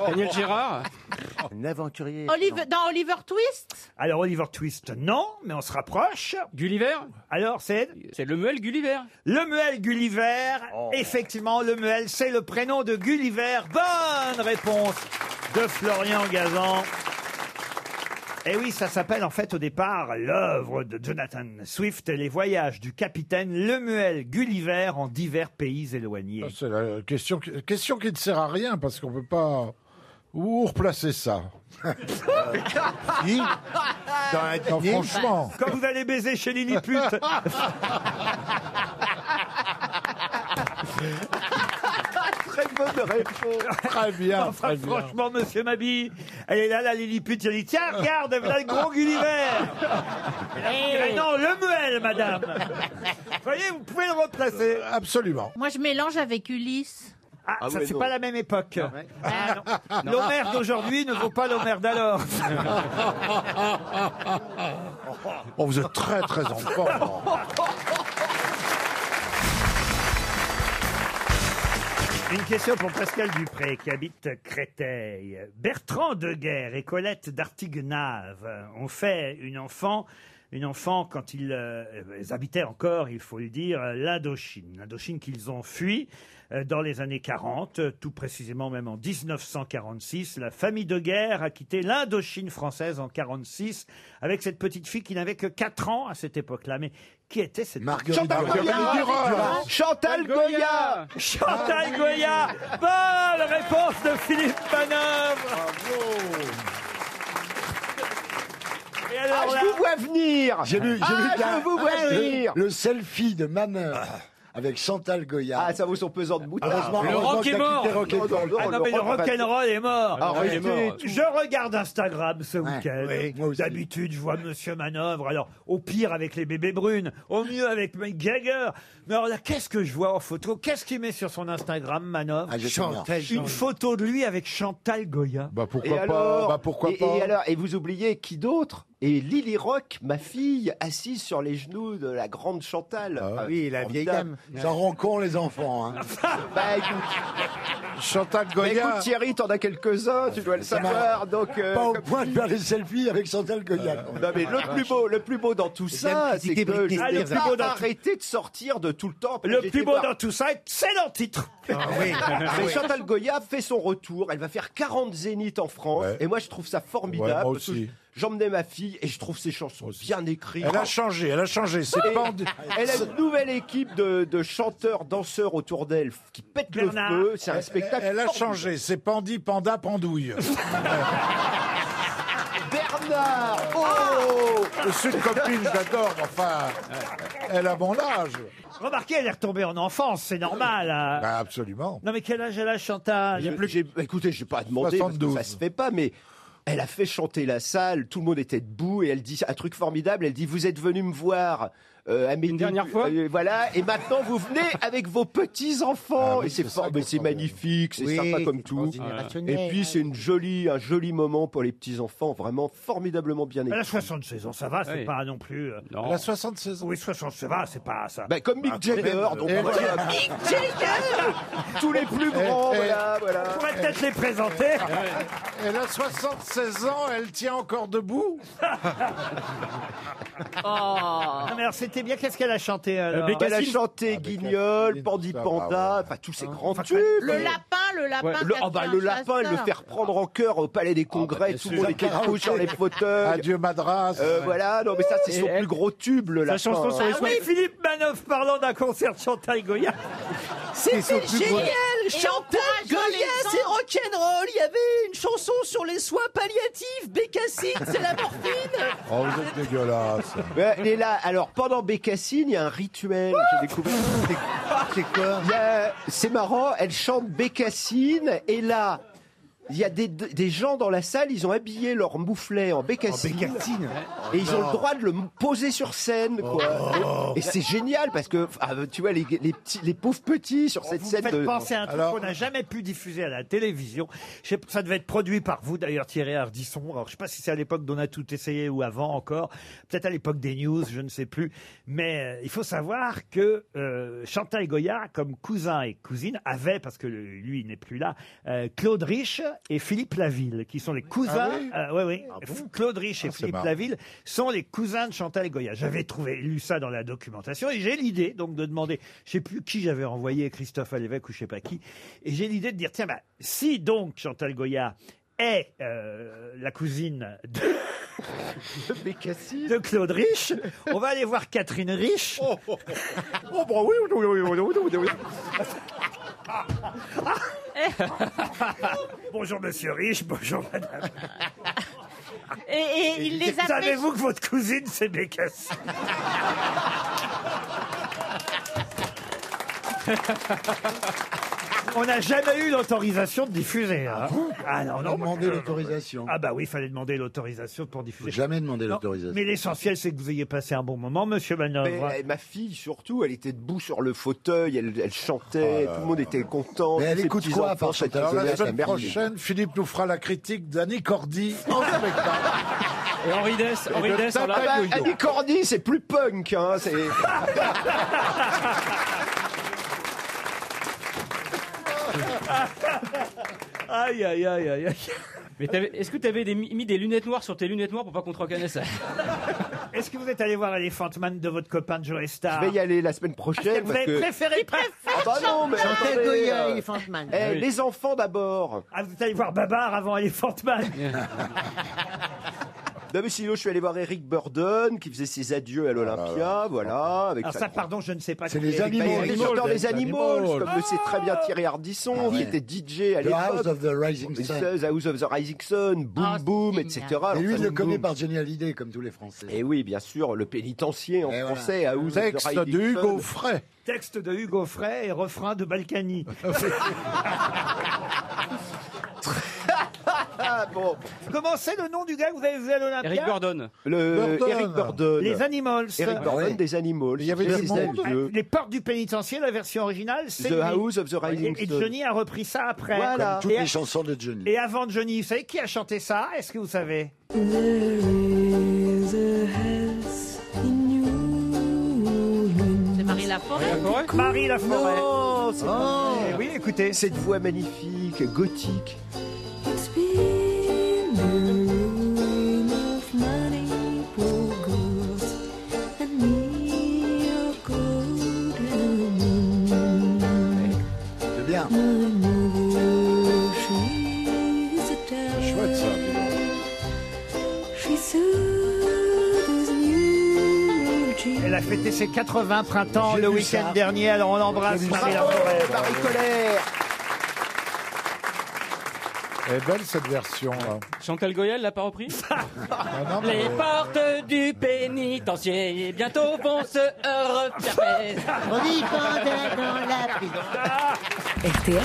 S7: Daniel
S3: Girard
S8: Un aventurier.
S7: Olive, dans Oliver Twist
S3: Alors, Oliver Twist, non, mais on se rapproche. Gulliver Alors, c'est C'est Lemuel Gulliver. Lemuel Gulliver,
S5: Oh.
S3: effectivement, Lemuel, c'est le prénom de Gulliver. Bonne réponse de Florian Gazan. Et Eh oui, ça s'appelle en fait au départ l'œuvre de Jonathan Swift, Les voyages du capitaine Lemuel Gulliver en divers pays éloignés.
S5: Ah, C'est la question, qui- question qui ne sert à rien parce qu'on peut pas. Où replacer ça Non, franchement.
S3: Quand vous allez baiser chez Lilliput.
S9: Très bonne réponse.
S5: Très bien,
S3: Enfin, Franchement, monsieur Mabi, elle est là, la Lilliput. Elle dit Tiens, regarde, voilà le gros Gulliver. Et là,
S9: Eh,
S3: vous direz, Non, le Muel, madame. Vous voyez, vous pouvez le replacer.
S5: Euh, Absolument.
S7: Moi, je mélange avec Ulysse.
S3: Ah,
S7: Ah
S3: ça,
S7: ouais,
S3: c'est
S7: non.
S3: pas la même époque. Ah, non. L'Homère d'aujourd'hui ne vaut pas l'Homère d'alors.
S5: On Oh, vous êtes très très en forme.
S3: Une question pour Pascal Dupré qui habite Créteil. Bertrand Deguerre et Colette d'Artignave ont fait une enfant, une enfant quand ils, euh, ils habitaient encore, il faut le dire, euh, l'Indochine. L'Indochine qu'ils ont fui euh, dans les années 40, euh, tout précisément même en 1946. La famille Deguerre a quitté l'Indochine française en 46 avec cette petite fille qui n'avait que 4 ans à cette époque-là. Mais qui était cette
S9: Marguerite Duras. Duras. Chantal Goya.
S3: Chantal Goya Bonne réponse de Philippe Manœuvre Et alors
S9: Ah, je
S3: là-
S9: vous vois venir
S4: J'ai vu, j'ai
S9: Ah,
S4: vu la-
S9: je vous vois
S4: le-
S9: venir
S4: le, selfie de Manœuvre avec Chantal Goya. Ah,
S9: ça vaut son pesant de boutade.
S4: Heureusement,
S3: Le
S4: heureusement
S3: rock
S4: que
S3: est
S4: t'as
S3: mort.
S4: quitté Rock et
S3: Non,
S4: Roll.
S3: Ah non, mais le rock'n'roll est mort.
S4: Ah, il est mort.
S3: Je regarde Instagram ce
S4: Ouais.
S3: week-end.
S4: Oui,
S3: D'habitude, je vois Monsieur Manœuvre. Alors, au pire avec les bébés brunes, au mieux avec Mick Jagger. Mais alors là, qu'est-ce que je vois en photo Qu'est-ce qu'il met sur son Instagram, Manœuvre
S4: Ah, je sais Chantal bien.
S3: Une photo de lui avec Chantal Goya.
S5: Bah
S9: Et alors, et, et alors, et vous oubliez qui d'autre Et Lily Rock, ma fille, assise sur les genoux de la grande Chantal. Ah
S4: oui, la
S9: formidable.
S4: vieille dame. Ça rend con les enfants. hein.
S9: Bah, écoute,
S5: Chantal
S9: mais
S5: Goya.
S9: écoute, Thierry, t'en as quelques-uns, tu dois le
S4: Ça m'a-
S9: savoir. Donc, euh,
S4: Pas au
S9: comme- Euh,
S4: point de faire les selfies avec Chantal Goya. quand même.
S9: Non mais le plus beau, le plus beau dans tout ça,
S4: dames qui
S9: c'est
S4: étaient
S9: que
S4: Britney
S9: je
S4: Ah,
S9: n'ai
S4: le plus
S9: pas
S4: beau dans tout-
S9: arrêté de sortir de tout le temps.
S3: Le plus beau dans tout ça, c'est dans le titre.
S9: Ah
S4: Ah
S9: oui. Mais Chantal Goya fait son retour. Elle va faire 40 zéniths en France. Et moi, je trouve ça formidable.
S5: Ouais, moi
S9: parce que
S5: aussi.
S9: J'emmenais ma fille et je trouve ses chansons bien écrites.
S5: Elle a changé, elle a changé. C'est
S9: Et
S5: pas en-
S9: Elle a une nouvelle équipe de, de chanteurs, danseurs autour d'elle qui pètent
S5: Bernard.
S9: le feu. C'est un
S5: Elle-
S9: spectacle.
S5: Elle, a
S9: formidable.
S5: changé. C'est Pandi, Panda, Pandouille.
S9: Bernard
S3: Ah
S9: Oh
S5: Je suis une copine, j'adore, mais enfin, elle a mon âge.
S3: Remarquez, elle est retombée en enfance, c'est normal. hein.
S5: Bah, absolument.
S3: Non mais quel âge elle a, Chantal
S9: J'ai- j'ai- écoutez, je vais pas demander parce que
S5: 72.
S9: ça se fait pas, mais elle a fait chanter la salle, tout le monde était debout et elle dit un truc formidable. Elle dit Vous êtes venu me voir. euh, Amélie. Une dernière fois Voilà, et maintenant vous venez avec vos
S5: Ah
S9: petits-enfants. et c'est fort- mais c'est magnifique, c'est
S8: Oui,
S9: sympa
S8: c'est
S9: comme tout.
S8: transgénérationnel.
S9: Et puis c'est une jolie, un joli moment pour les petits-enfants, vraiment formidablement bien écrit.
S3: Elle a 76 ans, ça va, c'est
S9: Oui.
S3: pas non plus. euh,
S9: Non. Elle a
S5: 76
S3: ans Oui, 76 ans, c'est pas ça.
S9: Bah, comme Mick
S3: Ah,
S9: Jagger,
S3: mais-
S9: donc, voilà.
S3: Et voilà.
S9: Mick Jagger Tous les plus
S3: grands,
S5: Eh, eh.
S3: voilà, voilà. On pourrait peut-être les présenter.
S5: Eh, Elle a 76 ans, elle tient encore debout
S16: Oh.
S3: Ah, mais alors, c'était bien, qu'est-ce qu'elle a chanté alors
S9: Elle Euh, a chanté Guignol, Bandit
S3: ça,
S9: Panda, enfin tous ces grands tubes.
S7: Le lapin, le lapin.
S9: Ouais,
S7: qui
S9: le,
S7: a
S9: ah bah,
S7: tué
S9: le
S7: un
S9: lapin, elle le
S7: chasseur.
S9: fait reprendre en cœur au palais des congrès, tout le monde était debout sur les fauteuils.
S5: Adieu Madras.
S9: Euh, Voilà, non mais ça c'est
S5: Et
S9: son
S5: elle-
S9: plus gros tube, le lapin.
S3: Ah oui, Philippe Manoff parlant d'un concert de Chantal Goya.
S16: C'était génial Chantal
S3: encourageant
S16: Goya,
S3: les gens.
S16: c'est rock'n'roll Il y avait une chanson sur les soins palliatifs, Bécassine, c'est la morphine
S5: Oh, vous êtes dégueulasse.
S9: Ouais, elle est là. Alors, pendant Bécassine, il y a un rituel. J'ai découvert. C'est- C'est quoi Il y a- C'est marrant, elle chante Bécassine, et là. Il y a des, des gens dans la salle, ils ont habillé leur mouflet en bécassine. Et ils ont
S8: Oh.
S9: le droit de le poser sur scène, quoi.
S4: Oh.
S9: Et c'est génial parce que, ah, tu vois, les, les, petits, les pauvres petits sur cette
S3: Oh, Vous
S9: scène.
S3: me faites
S9: de-
S3: penser à un truc qu'on n'a jamais pu diffuser à la télévision. Je sais pas, ça devait être produit par vous d'ailleurs, Thierry Ardisson. Alors je sais pas si c'est à l'époque d'on a tout essayé ou avant encore. Peut-être à l'époque des news, je ne sais plus. Mais euh, il faut savoir que euh, Chantal Goya, comme cousin et cousine, avait, parce que le- lui il n'est plus là, euh, Claude Rich et Philippe Laville, qui sont les cousins.
S5: Ah oui
S3: euh, ouais, ouais. Claude Rich et
S5: c'est
S3: Philippe
S5: marrant.
S3: Laville sont les cousins de Chantal Goya. J'avais trouvé, lu ça dans la documentation et j'ai l'idée donc de demander, je sais plus qui j'avais envoyé, Christophe Alévèque ou je sais pas qui, et j'ai l'idée de dire tiens bah si donc Chantal Goya est euh, la cousine de de Claude Rich, on va aller voir Catherine Rich.
S5: Oh,
S3: Oh, bah bonjour Monsieur Rich, bonjour Madame.
S7: Et, et il les a fait...
S3: Savez-vous que votre cousine c'est Bécassine On n'a jamais eu l'autorisation de diffuser. hein. Ah non, non,
S4: Demander
S3: moi, je-
S4: l'autorisation.
S3: Ah bah oui, il fallait demander l'autorisation pour diffuser.
S4: Jamais demander
S3: Non,
S4: l'autorisation.
S3: Mais l'essentiel, c'est que vous ayez passé un bon moment, monsieur
S9: Mais,
S3: Manœuvre.
S9: euh, ma fille, surtout, elle était debout sur le fauteuil, elle, elle chantait, tout le monde était content.
S5: Mais elle
S9: Ses
S5: écoute quoi,
S9: petits-enfants,
S5: à part
S9: chacun
S5: Alors,
S9: faisait
S5: la
S9: sa
S5: semaine
S9: merveille.
S5: prochaine, Philippe nous fera la critique d'Annie Cordy en spectacle.
S6: Et Henri Dess,
S5: Et
S6: Henri
S5: de
S6: Dess en
S5: taper
S6: live.
S5: le yo-yo.
S9: Annie Cordy, c'est plus punk, hein, c'est...
S3: Aïe, aïe, aïe, aïe, aïe.
S6: Mais t'avais- est-ce que tu avais mis des lunettes noires sur tes lunettes noires pour pas qu'on te reconnaisse
S3: Est-ce que vous êtes allé voir Elephant Man de votre copain Joe Star
S9: Je vais y aller la semaine
S3: Ah, c'est-
S9: prochaine.
S3: vous
S9: parce
S3: avez
S9: que...
S3: préféré
S9: Ah bah non, mais
S3: Chantal
S9: attendez,
S3: Goya,
S9: euh,
S3: Elephant Man.
S9: eh,
S3: Ah oui.
S9: Les enfants d'abord.
S3: Ah, vous êtes allé voir Babar avant Elephant Man
S9: Non mais sinon, je suis allé voir Eric Burden qui faisait ses adieux à l'Olympia, voilà. Avec
S3: Alors
S9: sa
S3: Ah, ça, pardon, je ne sais pas.
S9: C'est
S3: qui
S9: les
S3: est-
S9: animaux.
S3: Bah, Eric Burden.
S9: les animaux, comme le sait très bien Thierry Ardisson, qui était DJ à
S4: The
S9: l'époque.
S4: House of the Rising
S9: The
S4: Sun.
S9: House of the Rising Sun, Boom Boom, etc.
S4: Et lui, il le connaît
S9: connaît
S4: par Johnny Hallyday, comme tous les Français.
S9: Et Eh oui, bien sûr, le pénitencier en français, House of the
S5: Texte
S9: Rising
S5: de Hugo
S9: Sun.
S5: Frey.
S3: Texte de Hugo Frey et refrain de Balkany.
S9: bon.
S3: Comment c'est le nom du gars que vous avez vu à l'Olympia
S6: Eric Gordon.
S9: Le
S3: Burden.
S9: Eric Burden.
S3: Les Animals.
S9: Eric Burden des Animals.
S5: Il y avait
S9: C'est
S5: du
S9: ses
S5: monde.
S9: adieux.
S3: Les portes du pénitencier, la version originale, c'est
S9: The
S3: lui.
S9: House of the Rising
S3: et, et
S9: Sun.
S3: Johnny a repris ça après.
S9: Voilà. Comme
S4: Toutes
S3: Et,
S4: les chansons de Johnny.
S3: et avant Johnny, vous savez qui a chanté ça Est-ce que vous savez
S7: C'est Marie Laforêt.
S3: Marie Laforêt.
S9: Non, c'est pas vrai.
S3: Eh oui, écoutez.
S9: Oh. Cette voix magnifique, gothique.
S4: C'est bien.
S5: Chouette ça. dis donc.
S3: Elle a fêté ses 80 printemps
S4: J'ai
S3: le
S4: vu
S3: week-end
S4: ça.
S3: dernier, alors on l'embrasse,
S4: J'ai vu
S3: Marie
S4: ça.
S3: Laforêt.
S9: Marie Colère.
S5: Elle est belle cette version là.
S6: Chantal Goya, elle l'a pas repris
S5: Ah, non, mais-
S6: Les portes du pénitencier bientôt vont se refermer.
S1: RTL,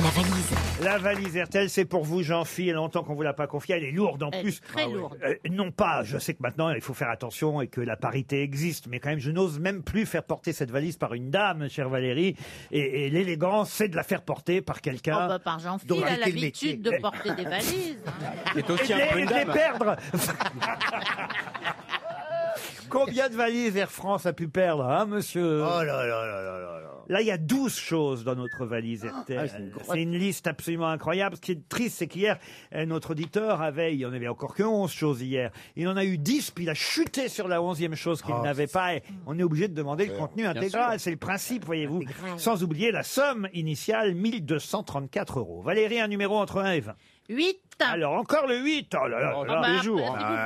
S1: La valise.
S3: La valise RTL, c'est pour vous, jean phil Il y a longtemps qu'on vous l'a pas confiée. Elle est lourde en
S7: Elle est
S3: plus.
S7: très Ah oui. lourde.
S3: Euh, non pas, je sais que maintenant il faut faire attention et que la parité existe, mais quand même, je n'ose même plus faire porter cette valise par une dame, chère Valérie. Et, et l'élégance, c'est de la faire porter par quelqu'un.
S7: Oh, bah, par Jean-Phil,
S3: dont
S7: il a
S3: c'était le métier.
S7: l'habitude de porter des valises. hein.
S3: Et de les- et de les perdre. Combien de valises Air France a pu perdre, hein, monsieur Oh
S8: là là là là là là.
S3: Là, il y a 12 choses dans notre valise RTL.
S8: Ah, c'est une grosse-
S3: c'est une liste absolument incroyable. Ce qui est triste, c'est qu'hier, euh, notre auditeur avait, il n'y en avait encore que 11 choses hier. Il en a eu 10, puis il a chuté sur la 11e chose
S8: Ah,
S3: qu'il n'avait pas. Et on est obligé de demander le contenu
S17: Bien
S3: intégral.
S17: sûr.
S3: C'est le principe, voyez-vous. Sans oublier la somme initiale, 1234 euros. Valérie, un numéro entre 1 et 20.
S7: 8.
S3: Alors, encore le 8. Oh là là, là
S7: Ah
S3: là.
S7: bah, après, Si vous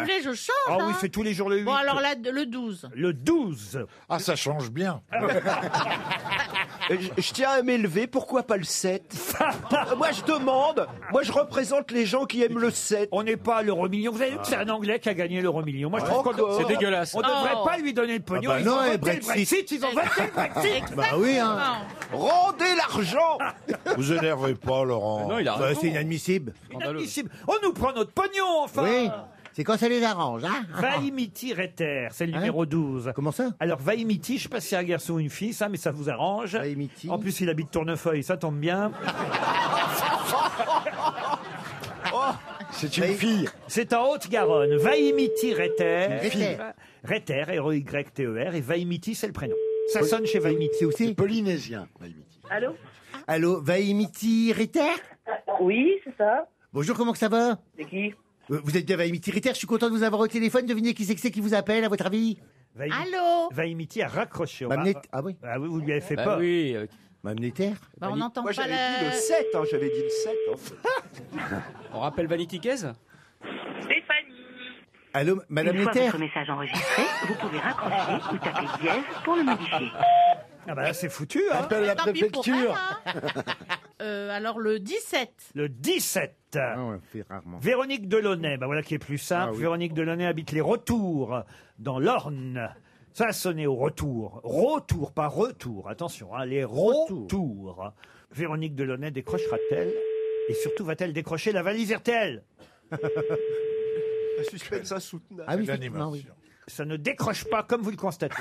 S7: voulez, je change.
S3: Ah oui,
S7: hein.
S3: c'est tous les jours le 8.
S7: Bon, alors là, le 12.
S3: Le 12.
S5: Ah, ça change bien.
S9: Euh, Je, je tiens à m'élever, pourquoi pas le 7 Euh, Moi je demande, moi je représente les gens qui aiment le 7.
S3: On n'est pas à l'euro million. Vous avez vu que c'est un Anglais qui a gagné l'euro million. Moi, je trouve qu'on-
S9: Encore.
S3: on-
S9: C'est dégueulasse.
S3: On ne devrait
S9: Oh.
S3: pas lui donner le pognon.
S9: Ah bah
S3: ils
S9: non,
S3: ont
S9: et
S3: voté
S9: Brexit.
S3: le Brexit. Ils ont voté le Brexit.
S8: Bah oui, hein.
S9: Rendez l'argent
S5: Vous énervez pas, Laurent.
S8: Non, il a raison. c'est inadmissible.
S3: Inadmissible. On nous prend notre pognon, enfin.
S8: Oui, c'est quand ça les arrange, hein
S3: Vaimiti Reter, c'est le
S8: Hein
S3: numéro 12.
S8: Comment ça
S3: Alors Vaimiti, je sais pas si c'est un garçon ou une fille, ça, mais ça vous arrange. En plus, il habite Tournefeuille, ça tombe bien.
S5: Oh, C'est une fille.
S3: C'est en Haute-Garonne. Vaimiti Reter.
S8: Une fille.
S3: Reter, E R-E-Y-T-E-R. Et Vaimiti, c'est le prénom. Ça sonne chez Vaimiti.
S8: aussi polynésien.
S18: Allô
S8: Allô, Vaimiti Ritter
S18: Oui, c'est ça.
S8: Bonjour, comment que ça va
S18: C'est qui
S8: Euh, Vous êtes bien Vaimiti Ritter, je suis content de vous avoir au téléphone. Devinez qui c'est que c'est qui vous appelle, à votre avis
S7: Allô Bah,
S3: Vaimiti a raccroché. on
S8: Bah,
S3: va-
S8: mais- Ah oui
S3: Ah oui, vous lui avez fait
S8: Bah
S3: peur.
S8: oui, Mamnéter
S7: Bah, on n'entend
S9: Moi
S7: pas
S9: j'avais
S7: la...
S9: dit le 7, hein, j'avais dit le hein. 7. en fait.
S6: On rappelle Vanity Case
S8: Allô, Madame
S2: Une fois
S8: Ritter
S2: votre message enregistré, vous pouvez raccrocher ou taper dièse pour le modifier.
S3: Ah bah là, c'est foutu. Hein.
S5: Appelle la
S7: Tant pis pour
S5: préfecture.
S7: elle, hein. Euh, alors le 17.
S3: Le 17.
S5: Ah,
S8: rarement.
S3: Véronique Delaunay, bah voilà qui est plus simple. Véronique Delaunay habite les Retours, dans l'Orne. Ça a sonné au retour. Retour, pas retour. Attention, hein, les retours. Véronique Delaunay décrochera-t-elle Et surtout, va-t-elle décrocher la valise RTL
S9: Un suspense insoutenable.
S3: Ah oui, effectivement, oui. Ça ne décroche pas comme vous le constatez.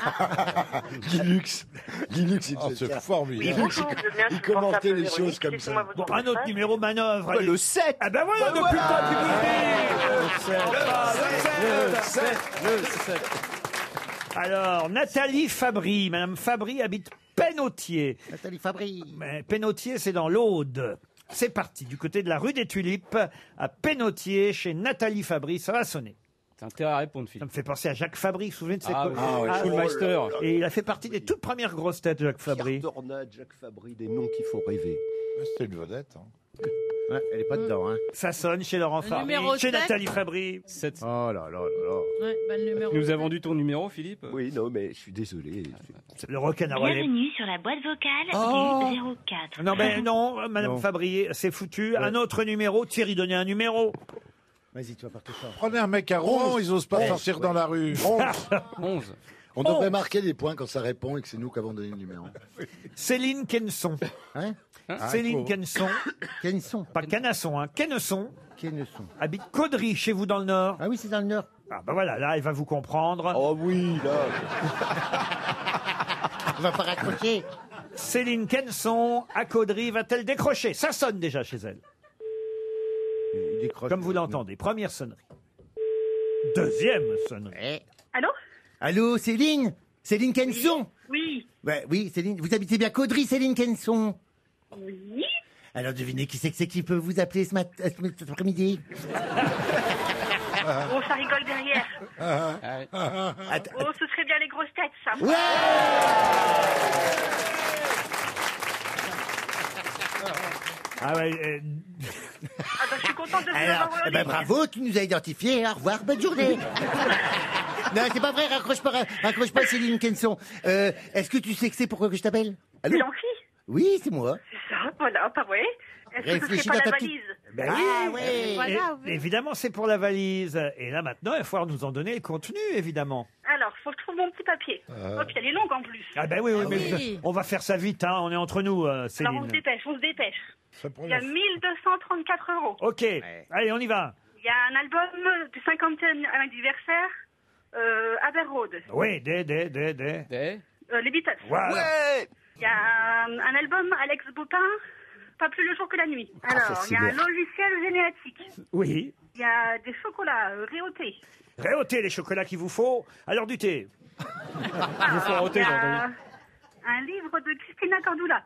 S4: Linux. Linux, il
S5: Ah,
S4: faisait
S5: c'est
S4: ça.
S5: formidable.
S4: Il-
S5: Bonjour,
S4: il-
S5: je viens
S4: il
S5: sur
S4: commentait
S5: portable
S4: les
S5: de
S4: choses
S5: Véronique,
S4: comme ça.
S3: Bon, un autre numéro manœuvre.
S9: Bah,
S3: allez.
S9: le 7
S3: Ah ben
S9: Bah,
S3: voilà, depuis
S9: voilà.
S3: le
S9: Le
S3: temps
S9: sept,
S3: Le 7 Alors, Nathalie Fabry. Madame Fabry habite Pénautier.
S8: Nathalie Fabry.
S3: Mais Pénautier, c'est dans l'Aude. C'est parti, du côté de la rue des Tulipes, à Pénautier, chez Nathalie Fabry. Ça va sonner.
S6: T'as intérêt à répondre, Philippe.
S3: Ça me fait penser à Jacques Fabry, vous vous souvenez de cette
S6: Ah oui, Ah ouais. Schulmeister.
S3: Et il a fait partie des toutes premières grosses têtes, Jacques Fabry.
S9: Pierre Tornade, Jacques Fabry, des noms qu'il faut rêver.
S5: C'est une vedette. hein.
S8: Elle est pas
S5: Mmh.
S8: dedans, hein.
S3: Ça sonne chez Laurent
S7: Le
S3: Fabry,
S7: numéro
S3: chez
S7: sept.
S3: Nathalie Fabry.
S9: Oh là là là là.
S7: Ouais, bah, le numéro
S6: Tu nous as vendu ton numéro, Philippe
S9: Oui, non, mais je suis désolé.
S3: Le rock'n'roll.
S2: Bienvenue sur la boîte vocale
S3: Oh.
S2: du 04.
S3: Non, mais non, euh, Madame
S8: Non.
S3: Fabrier, c'est foutu. Un autre numéro, Thierry, donnez un numéro.
S8: Vas-y, tu vas partir fort.
S5: Prenez un mec à Rouen,
S8: Onze.
S5: ils osent pas
S8: Onze,
S5: sortir
S8: Oh. ouais.
S5: dans la rue.
S6: 11.
S4: On devrait marquer des points quand ça répond et que c'est nous qui avons donné le numéro.
S3: Céline Kenson.
S8: Hein
S3: Céline
S8: Ah,
S3: Kenson.
S8: Kenson.
S3: Pas Canasson, hein. Kenson.
S8: Kenson.
S3: Habite Caudry, chez vous dans le Nord.
S8: Ah oui, c'est dans le Nord.
S3: Ah bah voilà, là, elle va vous comprendre.
S9: Oh oui, là.
S8: On va pas raccrocher.
S3: Céline Kenson, à Caudry, va-t-elle décrocher Ça sonne déjà chez elle. Comme vous l'entendez, première sonnerie. Deuxième sonnerie.
S18: Allô
S8: Allô, Céline Céline Kenson
S18: Oui.
S8: Ouais, Oui, Céline. Vous habitez bien Caudry, Céline Kenson
S18: Oui.
S8: Alors devinez qui c'est que c'est qui peut vous appeler ce matin, cet après-midi
S18: Oh, ça rigole derrière.
S3: Ah,
S18: Oh, ce serait bien les grosses têtes, ça.
S3: Ah ouais, euh,
S18: Ah, bah, je suis contente de vous
S8: Alors,
S18: avoir
S8: eh ben, bravo, tu nous as identifiés. Au revoir, bonne journée. non, c'est pas vrai, raccroche pas, raccroche pas Céline Kenson. Euh, Est-ce que tu sais que c'est pourquoi que je t'appelle Allô
S18: jean fille
S8: Oui, c'est moi.
S18: C'est ça, voilà, bah ouais. Est-ce que ce
S8: Réfléchis
S18: serait pas
S8: dans
S18: la
S8: ta petite-
S18: valise
S3: Ben
S8: Ah,
S3: oui,
S8: ouais.
S3: Et-
S18: Voilà,
S3: et- évidemment, c'est pour la valise. Et là, maintenant, il va falloir nous en donner le contenu, évidemment.
S18: Alors, faut que je trouve mon petit papier.
S3: Euh.
S18: Oh, puis elle est longue en plus.
S3: Ah ben oui, oui,
S18: Ah
S3: mais
S18: oui.
S3: on va faire ça vite, hein, on est entre nous, euh,
S18: Alors, on
S3: Céline.
S18: se dépêche, on se dépêche. Il y a 1234 euros.
S3: Ok, allez, on y va.
S18: Il y a un album du 50e anniversaire, euh, Abbey Road.
S3: Oui, des, des, des, des.
S18: Euh, les Beatles.
S3: Voilà. Ouais.
S18: Il y a un, un album Alex Bopin, Pas plus le jour que la nuit.
S3: Ah, ça,
S18: Alors,
S3: c'est
S18: il y a un
S3: bien.
S18: logiciel génétique.
S3: Oui.
S18: Il y a des chocolats euh, réautés.
S3: Réauter les chocolats qu'il vous faut. Alors, du thé.
S18: Il y a un livre de Christina Cordula,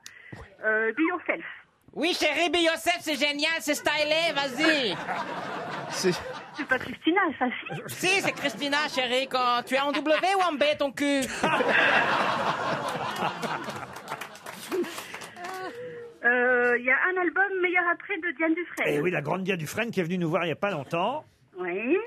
S18: euh, Be Yourself.
S17: Oui, chérie, Be Yourself, c'est
S7: Ah,
S17: génial, c'est stylé, vas-y.
S18: C'est pas Christina, ça.
S17: Si, c'est Christina, chérie, quand tu es en W ou en B, ton cul
S3: Ah,
S18: Euh, Il y a un album Meilleur après de Diane Dufresne.
S3: Et Eh oui, la grande Dia du Frêne qui est venue nous voir il n'y a pas longtemps.
S18: Oui.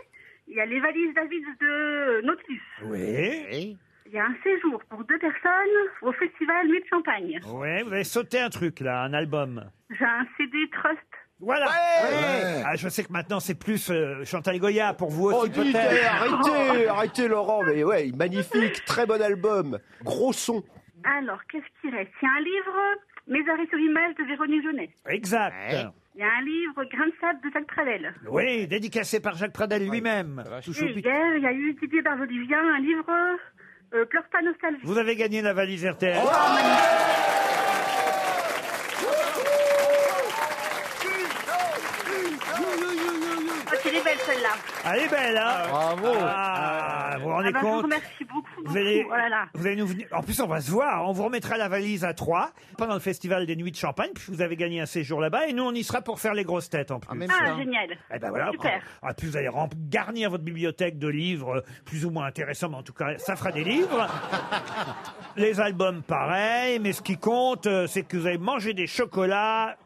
S18: Il y a les valises David de Nautilus.
S3: Oui.
S18: Il y a un séjour pour deux personnes au festival Nuit de Champagne.
S3: Oui, vous avez sauté un truc là, un album.
S18: J'ai un CD Trust.
S3: Voilà. Ah, je sais que maintenant c'est plus euh, Chantal Goya pour vous
S9: Oh,
S3: aussi
S9: dites,
S3: peut-être.
S9: eh, arrêtez, arrêtez, Laurent, mais ouais, magnifique, très bon album, gros son.
S18: Alors, qu'est-ce qu'il reste Il y a un livre Mes arrêts sur image de Véronique Jeunet.
S3: Exact.
S18: Il y a un livre Grain de sable de Jacques Pradel.
S3: Oui, dédicacé par Jacques Pradel lui-même. Toujours
S18: Et hier, il y a eu Didier Barbelivien, un livre euh, Pleure pas nostalgie.
S3: Vous avez gagné la valise RTL.
S18: Oh, qu'elle est belle celle-là.
S3: Elle est belle, hein Bravo Vous vous rendez
S18: Ah bah, je vous
S3: compte
S18: remercie beaucoup,
S3: Vous allez,
S18: beaucoup. Oh là là.
S3: vous allez nous venir- En plus, on va se voir. On vous remettra la valise à 3 pendant le festival des Nuits de Champagne, puisque vous avez gagné un séjour là-bas. Et nous, on y sera pour faire les grosses têtes en plus.
S18: Ah, génial.
S3: Eh ben voilà.
S18: Super.
S3: En plus, vous allez rem- garnir votre bibliothèque de livres euh, plus ou moins intéressants, mais en tout cas, ça fera des livres. Les albums, pareil. Mais ce qui compte, euh, c'est que vous allez manger des chocolats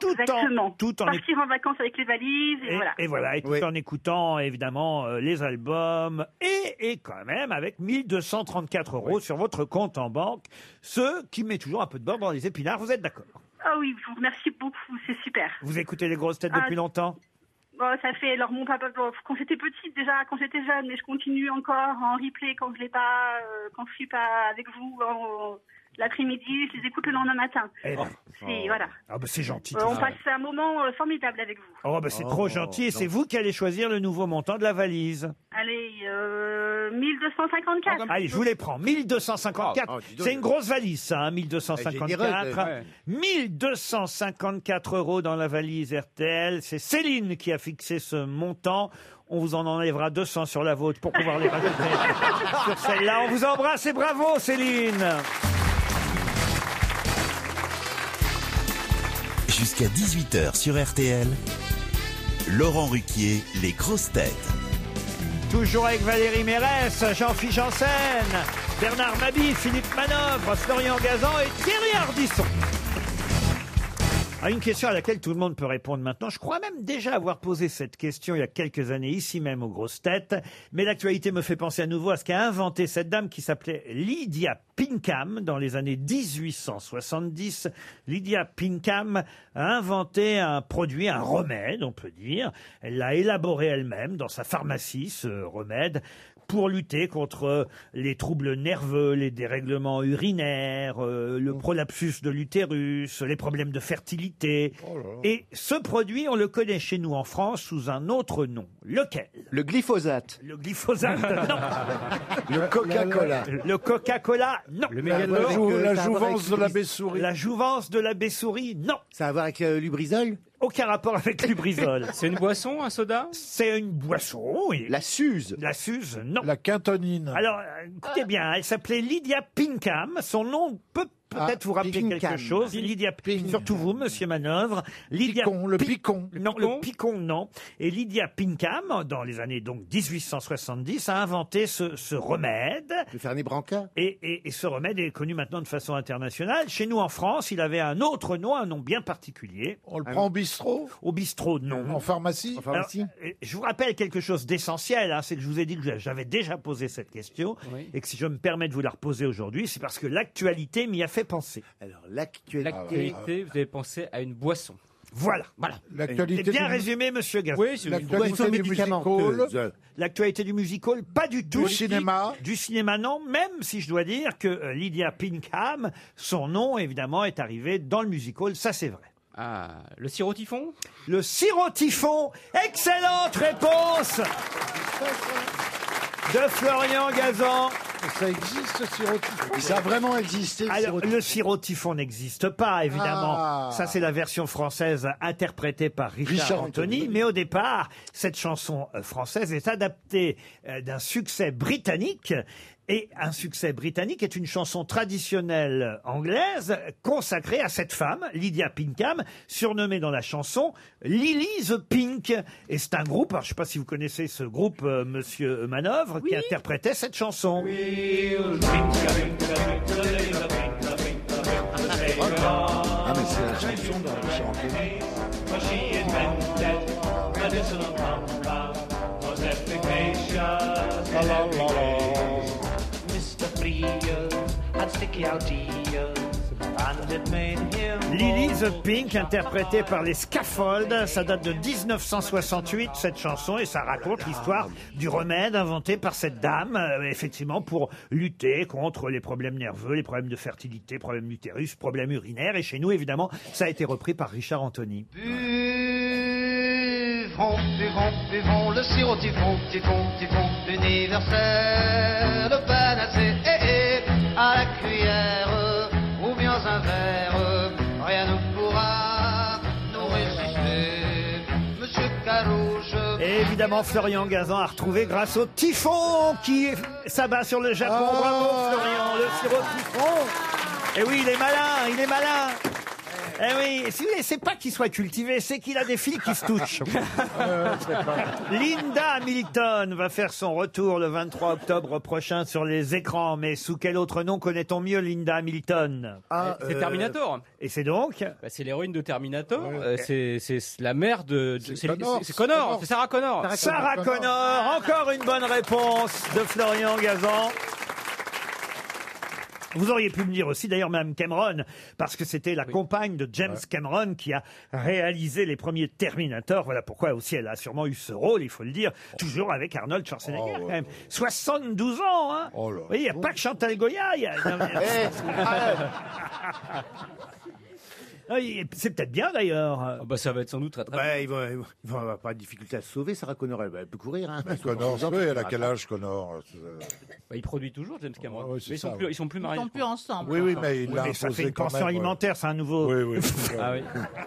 S3: tout en,
S18: Exactement.
S3: tout en
S18: Partir en vacances avec les valises et,
S3: et,
S18: voilà.
S3: et voilà, et tout en écoutant évidemment euh, les albums et, et quand même avec 1234 euros sur votre compte en banque, ce qui met toujours un peu de bord dans les épinards, vous êtes d'accord
S18: Ah oui, je vous remercie beaucoup, c'est super.
S3: Vous écoutez les grosses têtes
S18: Ah,
S3: depuis longtemps
S18: Bon, ça fait alors mon papa bon, quand j'étais petite déjà, quand j'étais jeune, mais je continue encore en replay quand je l'ai pas, euh, quand je suis pas avec vous en- l'après-midi, je les écoute le lendemain matin.
S3: Eh ben.
S18: C'est Oh. voilà.
S3: Ah bah c'est gentil.
S18: Euh,
S3: tout
S18: on
S3: ça.
S18: passe un moment euh, formidable avec vous.
S3: Oh bah c'est trop gentil, et c'est vous qui allez choisir le nouveau montant de la valise.
S18: Allez, euh, 1254.
S3: Allez, je vous Ah, les prends. 1254.
S18: Ah, ah, dis donc.
S3: c'est une grosse valise, ça, hein,
S18: Elle est
S3: 1254.
S18: généreuse, ouais.
S3: 1254 euros dans la valise RTL. C'est Céline qui a fixé ce montant. On vous en enlèvera 200 sur la vôtre pour pouvoir les rajouter sur celle-là. On vous embrasse et bravo, Céline.
S19: Jusqu'à 18h sur RTL, Laurent Ruquier, les grosses têtes.
S3: Toujours avec Valérie Mérès, Jean-Philippe Janssen, Bernard Mabi, Philippe Manœuvre, Florian Gazan et Thierry Ardisson. À Ah, une question à laquelle tout le monde peut répondre maintenant. Je crois même déjà avoir posé cette question il y a quelques années ici même aux grosses têtes. Mais l'actualité me fait penser à nouveau à ce qu'a inventé cette dame qui s'appelait Lydia Pinkham dans les années 1870. Lydia Pinkham a inventé un produit, un remède, on peut dire. Elle l'a élaboré elle-même dans sa pharmacie, ce remède pour lutter contre euh, les troubles nerveux, les dérèglements urinaires, euh,
S4: Mmh.
S3: le prolapsus de l'utérus, les problèmes de fertilité.
S4: Oh
S3: Et ce produit, on le connaît chez nous en France sous un autre nom. Lequel Le glyphosate. Le glyphosate, non.
S4: Le Coca-Cola.
S3: Le Coca-Cola, non.
S4: Le méga- La jou- la jouvence de l'abbé
S3: Souris. La jouvence de l'abbé Souris, non. Ça a à voir avec euh, Lubrizol Aucun rapport avec Lubrizol.
S6: C'est une boisson, un soda
S3: C'est une boisson, oui. La Suze La Suze, non. La Quintonine. Alors, euh, écoutez bien, elle s'appelait Lydia Pinkham. Son nom peut peut-être vous rappeler quelque
S5: Pinkham.
S3: chose. Lydia Pinkham. Surtout vous, monsieur Manœuvre. Lydia Picon, le Picon. Non, le Picon, non. Et Lydia Pinkham, dans les années donc 1870, a inventé ce, ce remède. Le Fernet Branca. Et, et- et ce remède est connu maintenant de façon internationale. Chez nous, en France, il avait un autre nom, un nom bien particulier. On le
S5: prend au
S3: bistrot Au bistrot, non. En pharmacie En
S5: pharmacie
S3: euh, je vous rappelle quelque chose d'essentiel, hein, c'est que je vous ai dit que j'avais déjà posé cette question et que si je me permets de vous la reposer aujourd'hui, c'est parce que l'actualité m'y a fait penser. Alors
S9: Ah
S3: l'actualité, Ah
S6: L'actualité, vous avez pensé à une boisson.
S3: voilà, voilà. C'est bien
S6: du-
S3: résumé, Monsieur Gazan.
S6: Oui, c'est une L'actualité boisson du médicamenteuse. musical.
S3: L'actualité du musical, pas du tout.
S5: Du cinéma.
S3: Du cinéma, non. Même si je dois dire que euh, Lydia Pinkham, son nom évidemment est arrivé dans le musical, ça c'est vrai.
S6: Ah, le sirop typhon
S3: Le sirop typhon. Excellente réponse de Florian Gazan. Ça existe, le sirop typhon
S4: Ça a vraiment existé.
S3: Alors, le sirop typhon n'existe pas, évidemment.
S4: Ah.
S3: Ça, c'est la version française interprétée par Richard,
S4: Richard
S3: Anthony. Mais au départ, cette chanson euh, française est adaptée euh, d'un succès britannique. Et un succès britannique est une chanson traditionnelle anglaise consacrée à cette femme, Lydia Pinkham, surnommée dans la chanson Lily the Pink. Et c'est un groupe, alors je ne sais pas si vous connaissez ce groupe, euh, Monsieur Manœuvre, qui interprétait cette chanson.
S4: Ah, mais c'est la chanson de Richard Anthony.
S3: Lily the Pink, interprétée par les Scaffolds, ça date de 1968 cette chanson et ça raconte l'histoire du remède inventé par cette dame, euh, effectivement pour lutter contre les problèmes nerveux, les problèmes de fertilité, problèmes utérus, problèmes urinaires et chez nous évidemment ça a été repris par Richard Anthony.
S14: Buvons, buvons, buvons le sirop typhon, typhon, typhon, universel, panacée, eh, eh, à la cuillère, ou bien un verre, rien ne pourra nous résister. Monsieur Carouge,
S3: Et évidemment Florian Gazan a retrouvé grâce au typhon qui s'abat sur le Japon. Bravo Florian, le sirop typhon. Et oui, il est malin, il est malin. Eh oui, si vous voulez, c'est pas qu'il soit cultivé, c'est qu'il a des filles qui se touchent. Linda Hamilton va faire son retour le 23 octobre prochain sur les écrans, mais sous quel autre nom connaît-on mieux Linda Hamilton
S6: Ah, C'est euh, Terminator.
S3: Et c'est donc
S6: Bah, c'est l'héroïne de Terminator. euh, c'est- c'est la mère de. de- C'est
S3: Connor.
S6: c'est- c'est Connor. C'est Sarah Connor.
S3: Sarah Connor, encore une bonne réponse de Florian Gazan. Vous auriez pu me dire aussi d'ailleurs Mme Cameron, parce que c'était la compagne de James Cameron qui a réalisé les premiers Terminator. Voilà pourquoi aussi elle a sûrement eu ce rôle, il faut le dire, toujours avec Arnold
S6: Oh,
S3: Schwarzenegger quand même. 72 ans, hein Vous voyez, il n'y a pas que Chantal Goya. il y a-
S5: Eh,
S3: Non, mais-
S6: Eh,
S3: Non, Ah, il- C'est peut-être bien d'ailleurs.
S6: bah, ça va être sans doute très très
S8: bien. Ils vont, ils vont- ils vont avoir pas de difficulté à se sauver, Sarah Connor. Elle, elle peut courir.
S3: Bah,
S8: Hein,
S5: Mais Connor, oui, elle a quel âge, Connor euh,
S6: Bah, il produit toujours James Cameron.
S5: Ouais, ouais,
S6: mais ils sont,
S5: ça,
S6: plus,
S5: ouais.
S6: ils sont plus mariés.
S7: Ils sont
S6: je
S7: plus
S6: crois.
S7: ensemble.
S3: Oui, mais ça fait une pension alimentaire, c'est un nouveau.
S6: Ah oui.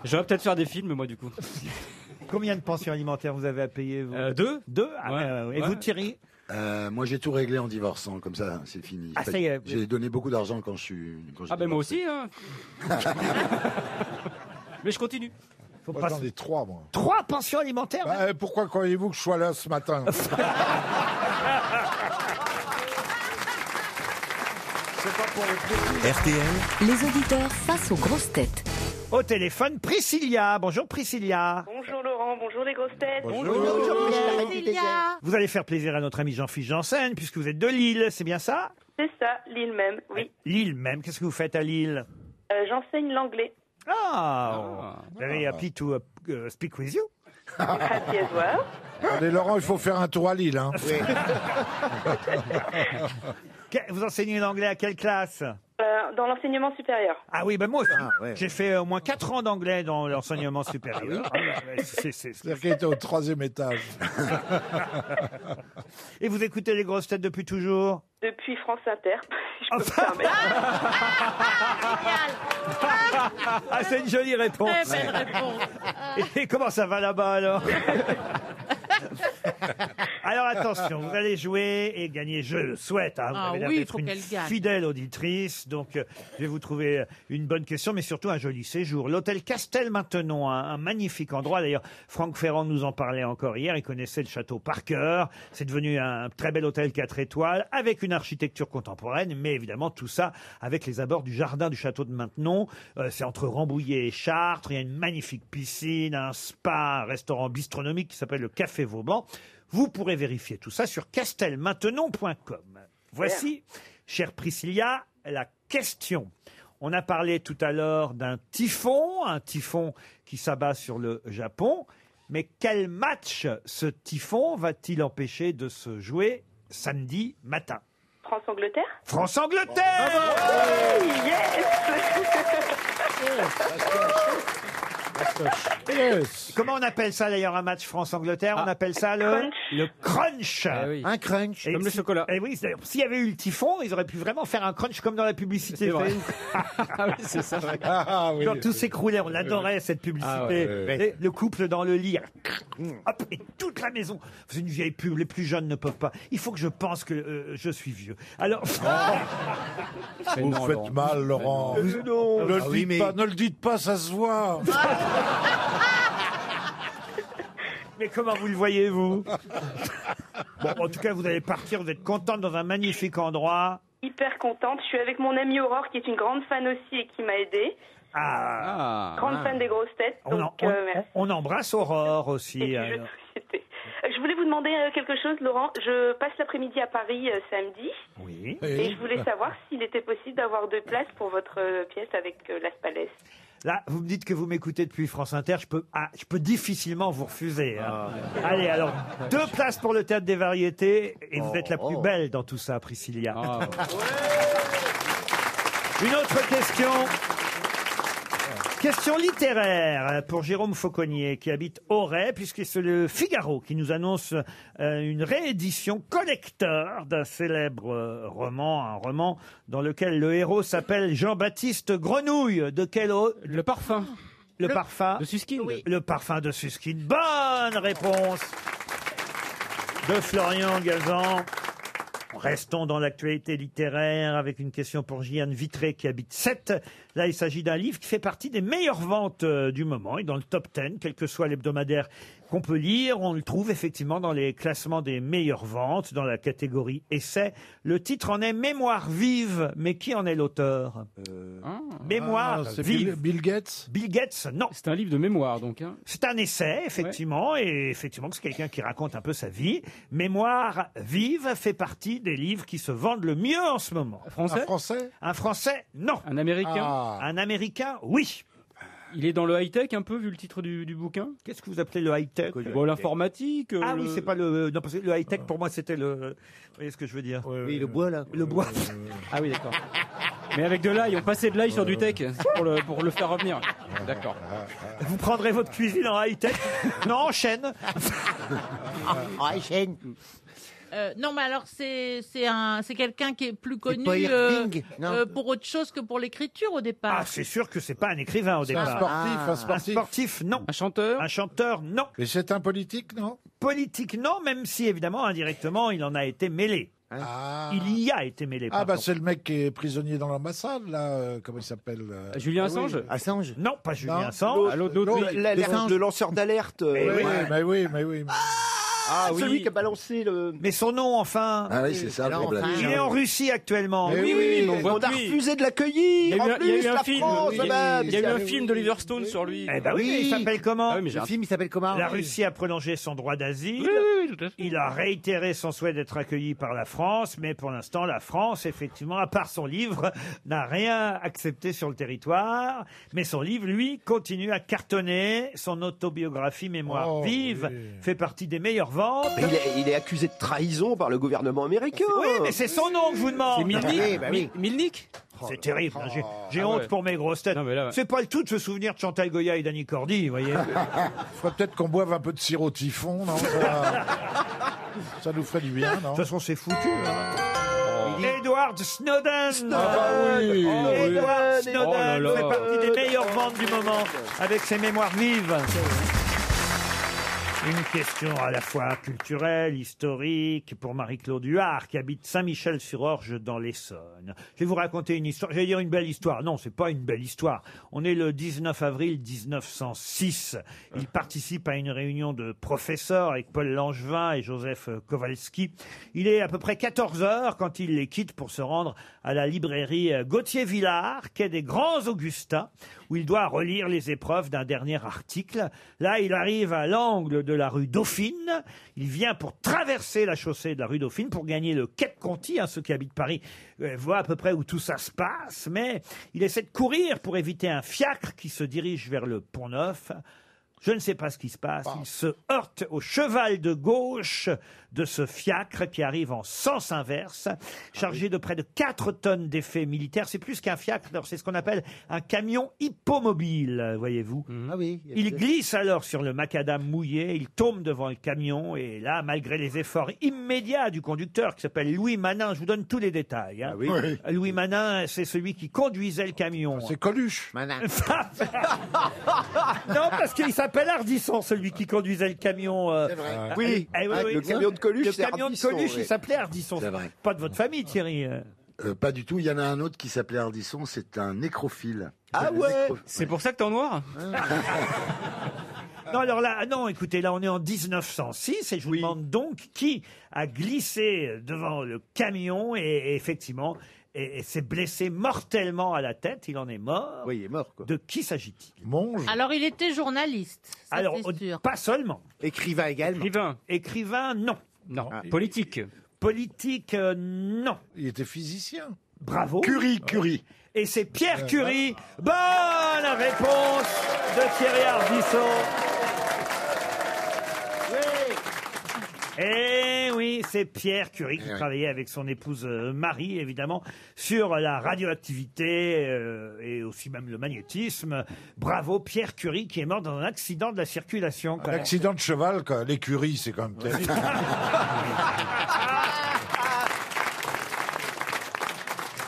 S6: J'aurais peut-être faire des films, moi, du coup.
S3: Combien de pensions alimentaires vous avez à payer vous
S6: Deux.
S3: Deux Ah,
S6: Ouais.
S3: euh, Et
S6: Ouais.
S3: vous, Thierry
S4: Euh, moi, j'ai tout réglé en divorçant, comme ça, c'est fini.
S3: Ah, ça y est.
S4: J'ai donné beaucoup d'argent quand je suis. Quand
S6: Ah, ben moi aussi, hein. Mais je continue.
S3: Faut
S5: pas j'en ai trois, moi.
S3: Trois pensions alimentaires
S5: Bah, euh, Pourquoi croyez-vous que je sois là ce matin
S19: RTL,
S1: Les auditeurs face aux grosses têtes.
S3: Au téléphone, Priscilla. Bonjour Priscilla.
S2: Bonjour Laurent, bonjour les grosses têtes.
S3: Vous allez faire plaisir à notre ami Jean-Philippe Janssen, puisque vous êtes de Lille, c'est bien ça
S2: C'est ça, l'île même, oui.
S3: Lille même, qu'est-ce que vous faites à Lille
S2: Euh, J'enseigne l'anglais.
S3: Ah Vous avez appris to uh, uh, speak with you
S2: Happy as well.
S5: Attendez, Laurent, il faut faire un tour à Lille. Hein.
S3: Que- Vous enseignez l'anglais à quelle classe
S2: Euh, dans l'enseignement supérieur.
S3: ah oui, ben moi aussi.
S2: ouais.
S3: J'ai fait au moins 4 ans d'anglais dans l'enseignement supérieur. Ah C'est- c'est-
S5: Ah C'est-à-dire qu'il était au troisième étage.
S3: Et vous écoutez les grosses têtes depuis toujours
S2: Depuis France Inter. Je peux me permettre.
S3: Ah, c'est une jolie réponse.
S14: Très belle réponse.
S3: Et comment ça va là-bas alors Alors attention, vous allez jouer et gagner, je le souhaite. hein. Vous
S7: Ah
S3: avez l'air
S7: oui,
S3: d'être
S7: faut
S3: une
S7: qu'elle gagne.
S3: fidèle auditrice, donc euh, je vais vous trouver une bonne question, mais surtout un joli séjour. L'hôtel Castel maintenant, un, un magnifique endroit. D'ailleurs, Franck Ferrand nous en parlait encore hier. Il connaissait le château par cœur. C'est devenu un très bel hôtel 4 étoiles avec une architecture contemporaine, mais évidemment tout ça avec les abords du jardin du château de Maintenon. Euh, c'est entre Rambouillet et Chartres. Il y a une magnifique piscine, un spa, un restaurant bistronomique qui s'appelle le Café Vauban. Vous pourrez vérifier tout ça sur castelmaintenon.com. Voici, chère Priscilla, la question. On a parlé tout à l'heure d'un typhon, un typhon qui s'abat sur le Japon. Mais quel match ce typhon va-t-il empêcher de se jouer samedi matin
S2: France-Angleterre
S3: France-Angleterre
S2: Yes
S3: Comment on appelle ça d'ailleurs un match France-Angleterre On appelle ça le, le crunch. Un crunch. Eh comme le chocolat. Et Eh oui, c'est- s'il y avait eu le typhon, ils auraient pu vraiment faire un crunch comme dans la publicité.
S20: C'est vrai.
S3: c'est ça.
S20: Ah, oui.
S3: Quand tout s'écroulait, on adorait cette publicité.
S20: Ah, ouais, ouais, ouais.
S3: Et Le couple dans le lit. Hop, et toute la maison. C'est une vieille pub, les plus jeunes ne peuvent pas. Il faut que je pense que euh, je suis vieux. Alors.
S20: Oh.
S5: Vous faites mal, Laurent.
S3: Mais non.
S5: Ne,
S3: Ah
S5: le
S3: oui,
S5: dites
S3: mais-
S5: pas, ne le dites pas, ça se voit.
S3: Mais comment vous le voyez-vous Bon, en tout cas, vous allez partir, vous êtes contente dans un magnifique endroit.
S18: Hyper contente. Je suis avec mon amie Aurore qui est une grande fan aussi et qui m'a aidée.
S3: Ah,
S18: grande fan des grosses têtes.
S3: On, en-
S18: donc,
S3: on-
S18: euh, merci.
S3: on embrasse Aurore aussi. alors.
S18: Euh, Je voulais vous demander euh, quelque chose, Laurent. Je passe l'après-midi à Paris euh, samedi.
S3: Oui.
S18: Et je voulais savoir s'il était possible d'avoir deux places pour votre euh, pièce avec euh, Las Palais.
S3: Là, vous me dites que vous m'écoutez depuis France Inter, je peux, ah, je peux difficilement vous refuser. hein. Allez, alors, deux places pour le théâtre des variétés, et vous êtes la plus belle dans tout ça, Priscilla.
S8: Ah,
S3: Une autre question. Question littéraire pour Jérôme Fauconnier qui habite Auray, puisque c'est le Figaro qui nous annonce euh, une réédition collector d'un célèbre euh, roman, un roman dans lequel le héros s'appelle Jean-Baptiste Grenouille. De quel Le parfum. Le, parfum de Suskin. Le parfum de Suskin. Bonne réponse de Florian Gazan. Restons dans l'actualité littéraire avec une question pour Jeanne Vitré qui habite 7. Là, il s'agit d'un livre qui fait partie des meilleures ventes euh, du moment et dans le top 10, quel que soit l'hebdomadaire qu'on peut lire, on le trouve effectivement dans les classements des meilleures ventes, dans la catégorie essai. Le titre en est Mémoire vive, mais qui en est l'auteur Mémoire
S5: Ah, c'est
S3: vive.
S5: Bill- Gates
S3: Bill Gates, non.
S20: C'est un livre de mémoire, donc. hein.
S3: C'est un essai, effectivement, et effectivement, c'est quelqu'un qui raconte un peu sa vie. Mémoire vive fait partie des livres qui se vendent le mieux en ce moment.
S5: Français Un Français Ah.
S3: Un Français, non. Un
S20: Américain
S3: Un Américain, oui.
S20: Il est dans le high-tech un peu, vu le titre du, du bouquin
S3: Qu'est-ce que vous appelez le high-tech
S20: Bon, l'informatique. euh,
S3: Ah
S20: le-
S3: oui, c'est pas le. Non, parce que le high-tech, pour moi, c'était le. Vous voyez ce que je veux dire Oui, le bois, là. Le bois.
S20: Ah oui, d'accord. Mais avec de l'ail, on passait de l'ail sur du tech pour le, pour le faire revenir. D'accord.
S3: Vous prendrez votre cuisine en high-tech Non, en chaîne.
S8: en chaîne.
S7: Euh, non, mais alors c'est c'est un c'est quelqu'un qui est plus connu
S3: pas
S7: euh,
S3: Irving, non
S7: euh, pour autre chose que pour l'écriture au départ.
S3: Ah, c'est sûr que c'est pas un écrivain au
S7: C'est un
S3: départ.
S7: sportif, un sportif.
S3: Un sportif, non. Un chanteur. Un chanteur, non.
S5: Et c'est un politique, non
S3: Politique, non, même si évidemment indirectement il en a été mêlé. Il y a été mêlé.
S5: Hein Ah, bah
S3: pardon.
S5: c'est le mec qui est prisonnier dans l'ambassade, là. euh, comment il s'appelle euh, ah oui.
S3: Assange. Non, pas Julien
S5: Non.
S3: Assange.
S5: L'autre- l'autre, oui.
S9: La-
S5: Le
S9: la-
S5: singe.
S9: le lanceur d'alerte. euh,
S5: Mais oui,
S9: ouais.
S5: mais oui, mais oui. mais-
S9: Ah,
S5: oui.
S9: Celui qui a balancé le.
S3: Mais son nom, enfin.
S4: Ah oui, c'est ça le problème.
S3: Il est en Russie actuellement.
S9: Mais oui, oui, mais on a refusé de l'accueillir.
S20: Il y a eu
S9: En
S20: un- il y a
S9: plus,
S20: eu un
S9: la
S20: film,
S9: France,
S20: oui, il y
S9: bah,
S20: a eu- il y a eu
S9: c'est-
S20: un film d'Oliver Stone sur lui.
S3: Eh ben oui, mais il s'appelle comment
S20: Ah oui, mais j'ai un-
S3: il s'appelle comment Ah La Russie a prolongé son droit d'asile. Il a réitéré son souhait d'être accueilli par la France, mais pour l'instant, la France, effectivement, à part son livre, n'a rien accepté sur le territoire. Mais son livre, lui, continue à cartonner. Son autobiographie Mémoire
S9: Oh,
S3: vive fait partie des meilleures ventes.
S9: Il est, il est accusé de trahison par le gouvernement américain.
S3: Oui, mais Ah, c'est son nom que je vous demande. Ah,
S9: C'est Milnick. Oui, bah oui.
S3: Mi- Milnick C'est terrible. hein. J'ai- J'ai
S9: Ah
S3: honte
S9: ouais.
S3: pour mes grosses têtes. C'est pas le tout de se souvenir de Chantal Goya et d'Annie Cordy, vous voyez.
S5: Faudrait peut-être qu'on boive un peu de sirop typhon, non ça, ça nous ferait du bien, non
S3: De toute façon, c'est foutu. hein. Edward
S5: Ah
S3: Snowden.
S5: bah oui.
S3: Oh,
S5: Ah oui.
S3: Edward Snowden
S5: Oh là là.
S3: fait partie des meilleures ventes du moment avec ses mémoires vives. Une question à la fois culturelle, historique, pour Marie-Claude Huard, qui habite Saint-Michel-sur-Orge dans l'Essonne. Je vais vous raconter une histoire, j'allais dire une belle histoire. Non, c'est pas une belle histoire. On est le 19 avril 1906. Il participe à une réunion de professeurs avec Paul Langevin et Joseph Kowalski. Il est à peu près 14 heures quand il les quitte pour se rendre à la librairie Gauthier-Villard, quai des Grands Augustins, où il doit relire les épreuves d'un dernier article. Là, il arrive à l'angle de la rue Dauphine. Il vient pour traverser la chaussée de la rue Dauphine pour gagner le quai de Conti. hein. ceux qui habitent Paris euh, voient à peu près où tout ça se passe. Mais il essaie de courir pour éviter un fiacre qui se dirige vers le Pont-Neuf. Je ne sais pas ce qui se passe. Il se heurte au cheval de gauche de ce fiacre qui arrive en sens inverse, chargé de près de 4 tonnes d'effets militaires. C'est plus qu'un fiacre, alors c'est ce qu'on appelle un camion hippomobile, voyez-vous. Il glisse alors sur le macadam mouillé, il tombe devant le camion et là, malgré les efforts immédiats du conducteur qui s'appelle Louis Manin, je vous donne tous les détails. hein.
S5: Oui.
S3: Louis Manin, c'est celui qui conduisait le camion. Ah, C'est
S5: Coluche.
S3: non, parce qu'il s'appelle Ardisson, celui qui conduisait le camion. euh,
S9: C'est vrai.
S3: euh,
S9: Oui.
S3: eh
S9: Ah, le camion de Coluche,
S3: Le
S9: c'est
S3: camion de
S9: Ardisson,
S3: Coluche,
S9: oui.
S3: il s'appelait Ardisson.
S4: C'est vrai.
S3: Pas de votre famille, Thierry. euh.
S4: Euh, pas du tout. Il y en a un autre qui s'appelait Ardisson. C'est un nécrophile.
S3: Ah ouais
S20: C'est pour ça que t'es en noir
S3: Non, alors là, ah non, écoutez, là, on est en 1906 et je vous demande donc qui a glissé devant le camion et, et effectivement et, et s'est blessé mortellement à la tête. Il en est mort. Oui, il est mort, De qui s'agit-il
S5: Monge.
S7: Alors, il était journaliste. ça,
S3: Alors,
S7: c'est
S3: au-
S7: sûr.
S3: pas seulement. Écrivain également. Écrivain. Écrivain, non. Non. Politique. Ah. Politique, euh, non.
S5: Il était physicien.
S3: Bravo.
S5: Curie,
S3: Curie. Et c'est Pierre
S5: Euh,
S3: Curie. Bonne réponse de Thierry Ardisson. Eh oui, c'est Pierre Curie qui travaillait avec son épouse euh, Marie, évidemment, sur la radioactivité euh, et aussi même le magnétisme. Bravo Pierre Curie qui est mort dans un accident de la circulation.
S5: Ah,
S3: quand même.
S5: L'accident de cheval, quoi. l'écurie, c'est quand même terrible.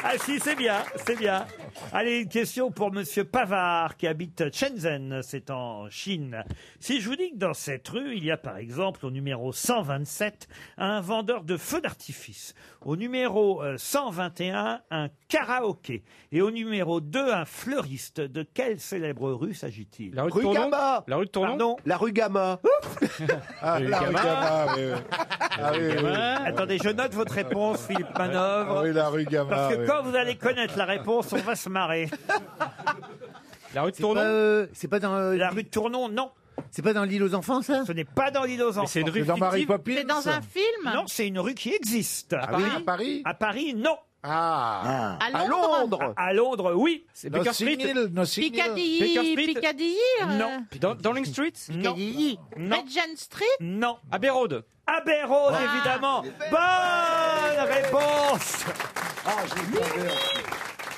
S3: Ah si, c'est bien, c'est bien. Allez, une question pour Monsieur Pavard qui habite Shenzhen, c'est en Chine. Si je vous dis que dans cette rue, il y a par exemple au numéro 127 un vendeur de feux d'artifice, au numéro euh, 121 un karaoké et au numéro 2 un fleuriste, de quelle célèbre rue s'agit-il La
S20: rue de Rue Tournon Gama. La rue de Tournon
S3: La rue Gamma.
S5: Ah,
S3: Rue
S5: la
S3: Gamma.
S5: rue Gamma, oui, oui. Ah, oui, oui.
S3: Attendez, je note votre réponse, Philippe Manœuvre.
S5: Ah oui, la rue Gamma,
S3: Parce que
S5: oui.
S3: quand vous allez connaître la réponse, on va se marrer. La rue de
S8: Tournon pas, euh,
S3: C'est pas dans. la rue de Tournon, non.
S8: C'est pas dans l'île aux enfants, ça
S3: Ce n'est pas dans l'île aux enfants.
S8: c'est une rue C'est dans fictive. Mary Poppins
S7: C'est dans un film
S3: Non, c'est une rue qui existe. À
S5: Paris oui, à Paris
S3: À Paris, non. Ah.
S7: À À Londres Londres.
S3: À, à Londres, oui.
S20: C'est Baker No Street. signal, no signal. Baker
S7: Picardie,
S20: Street.
S7: Picardie. euh,
S20: Non. Dans, Dowling Street
S3: Non. Non.
S7: Regent Street.
S3: Non.
S20: Abbey Road
S3: Abbey Road,
S7: Ah.
S3: évidemment. Bonne réponse.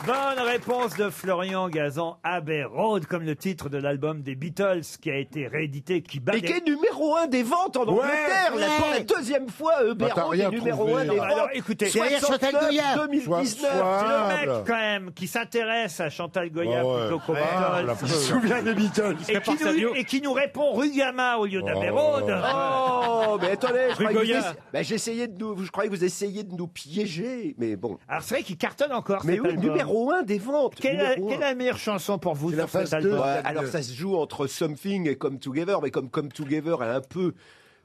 S3: Bonne réponse de Florian Gazan, Abbey Road, comme le titre de l'album des Beatles qui a été réédité, qui bat
S9: Et
S3: des-
S9: qui est numéro un des ventes en
S3: Ouais,
S9: Angleterre la-
S3: ouais.
S9: Pour la deuxième fois,
S3: Bah,
S9: Uber
S3: t'as
S9: Road
S3: rien
S9: est numéro
S3: trouvé,
S9: un des
S3: là.
S5: euh,
S9: ventes.
S3: Alors, écoutez,
S9: Derrière Chantal
S3: 69,
S9: Goya.
S3: 2019, le mec quand même qui s'intéresse à Chantal Goya
S5: Ah ouais.
S3: plutôt qu'aux
S5: Ouais,
S3: Beatles.
S5: la preuve.
S3: des Beatles. Et qui, nous, et qui nous répond rue Gamma au lieu d'Abbey Road.
S5: Ah.
S9: Oh, mais attendez, je
S3: Rue
S9: croyais, que vous
S3: Goya.
S9: essa- bah, j'essayais de nous, je croyais que vous essayiez de nous piéger, mais bon.
S3: Alors c'est vrai qu'il cartonne encore.
S9: Mais
S3: cet
S9: oui,
S3: album.
S9: numéro un des ventes.
S3: Quelle, est-
S9: numéro un.
S3: quelle est la meilleure chanson pour vous sur cet album
S9: Ouais, alors ça se joue entre Something et Come Together, mais comme Come Together a un peu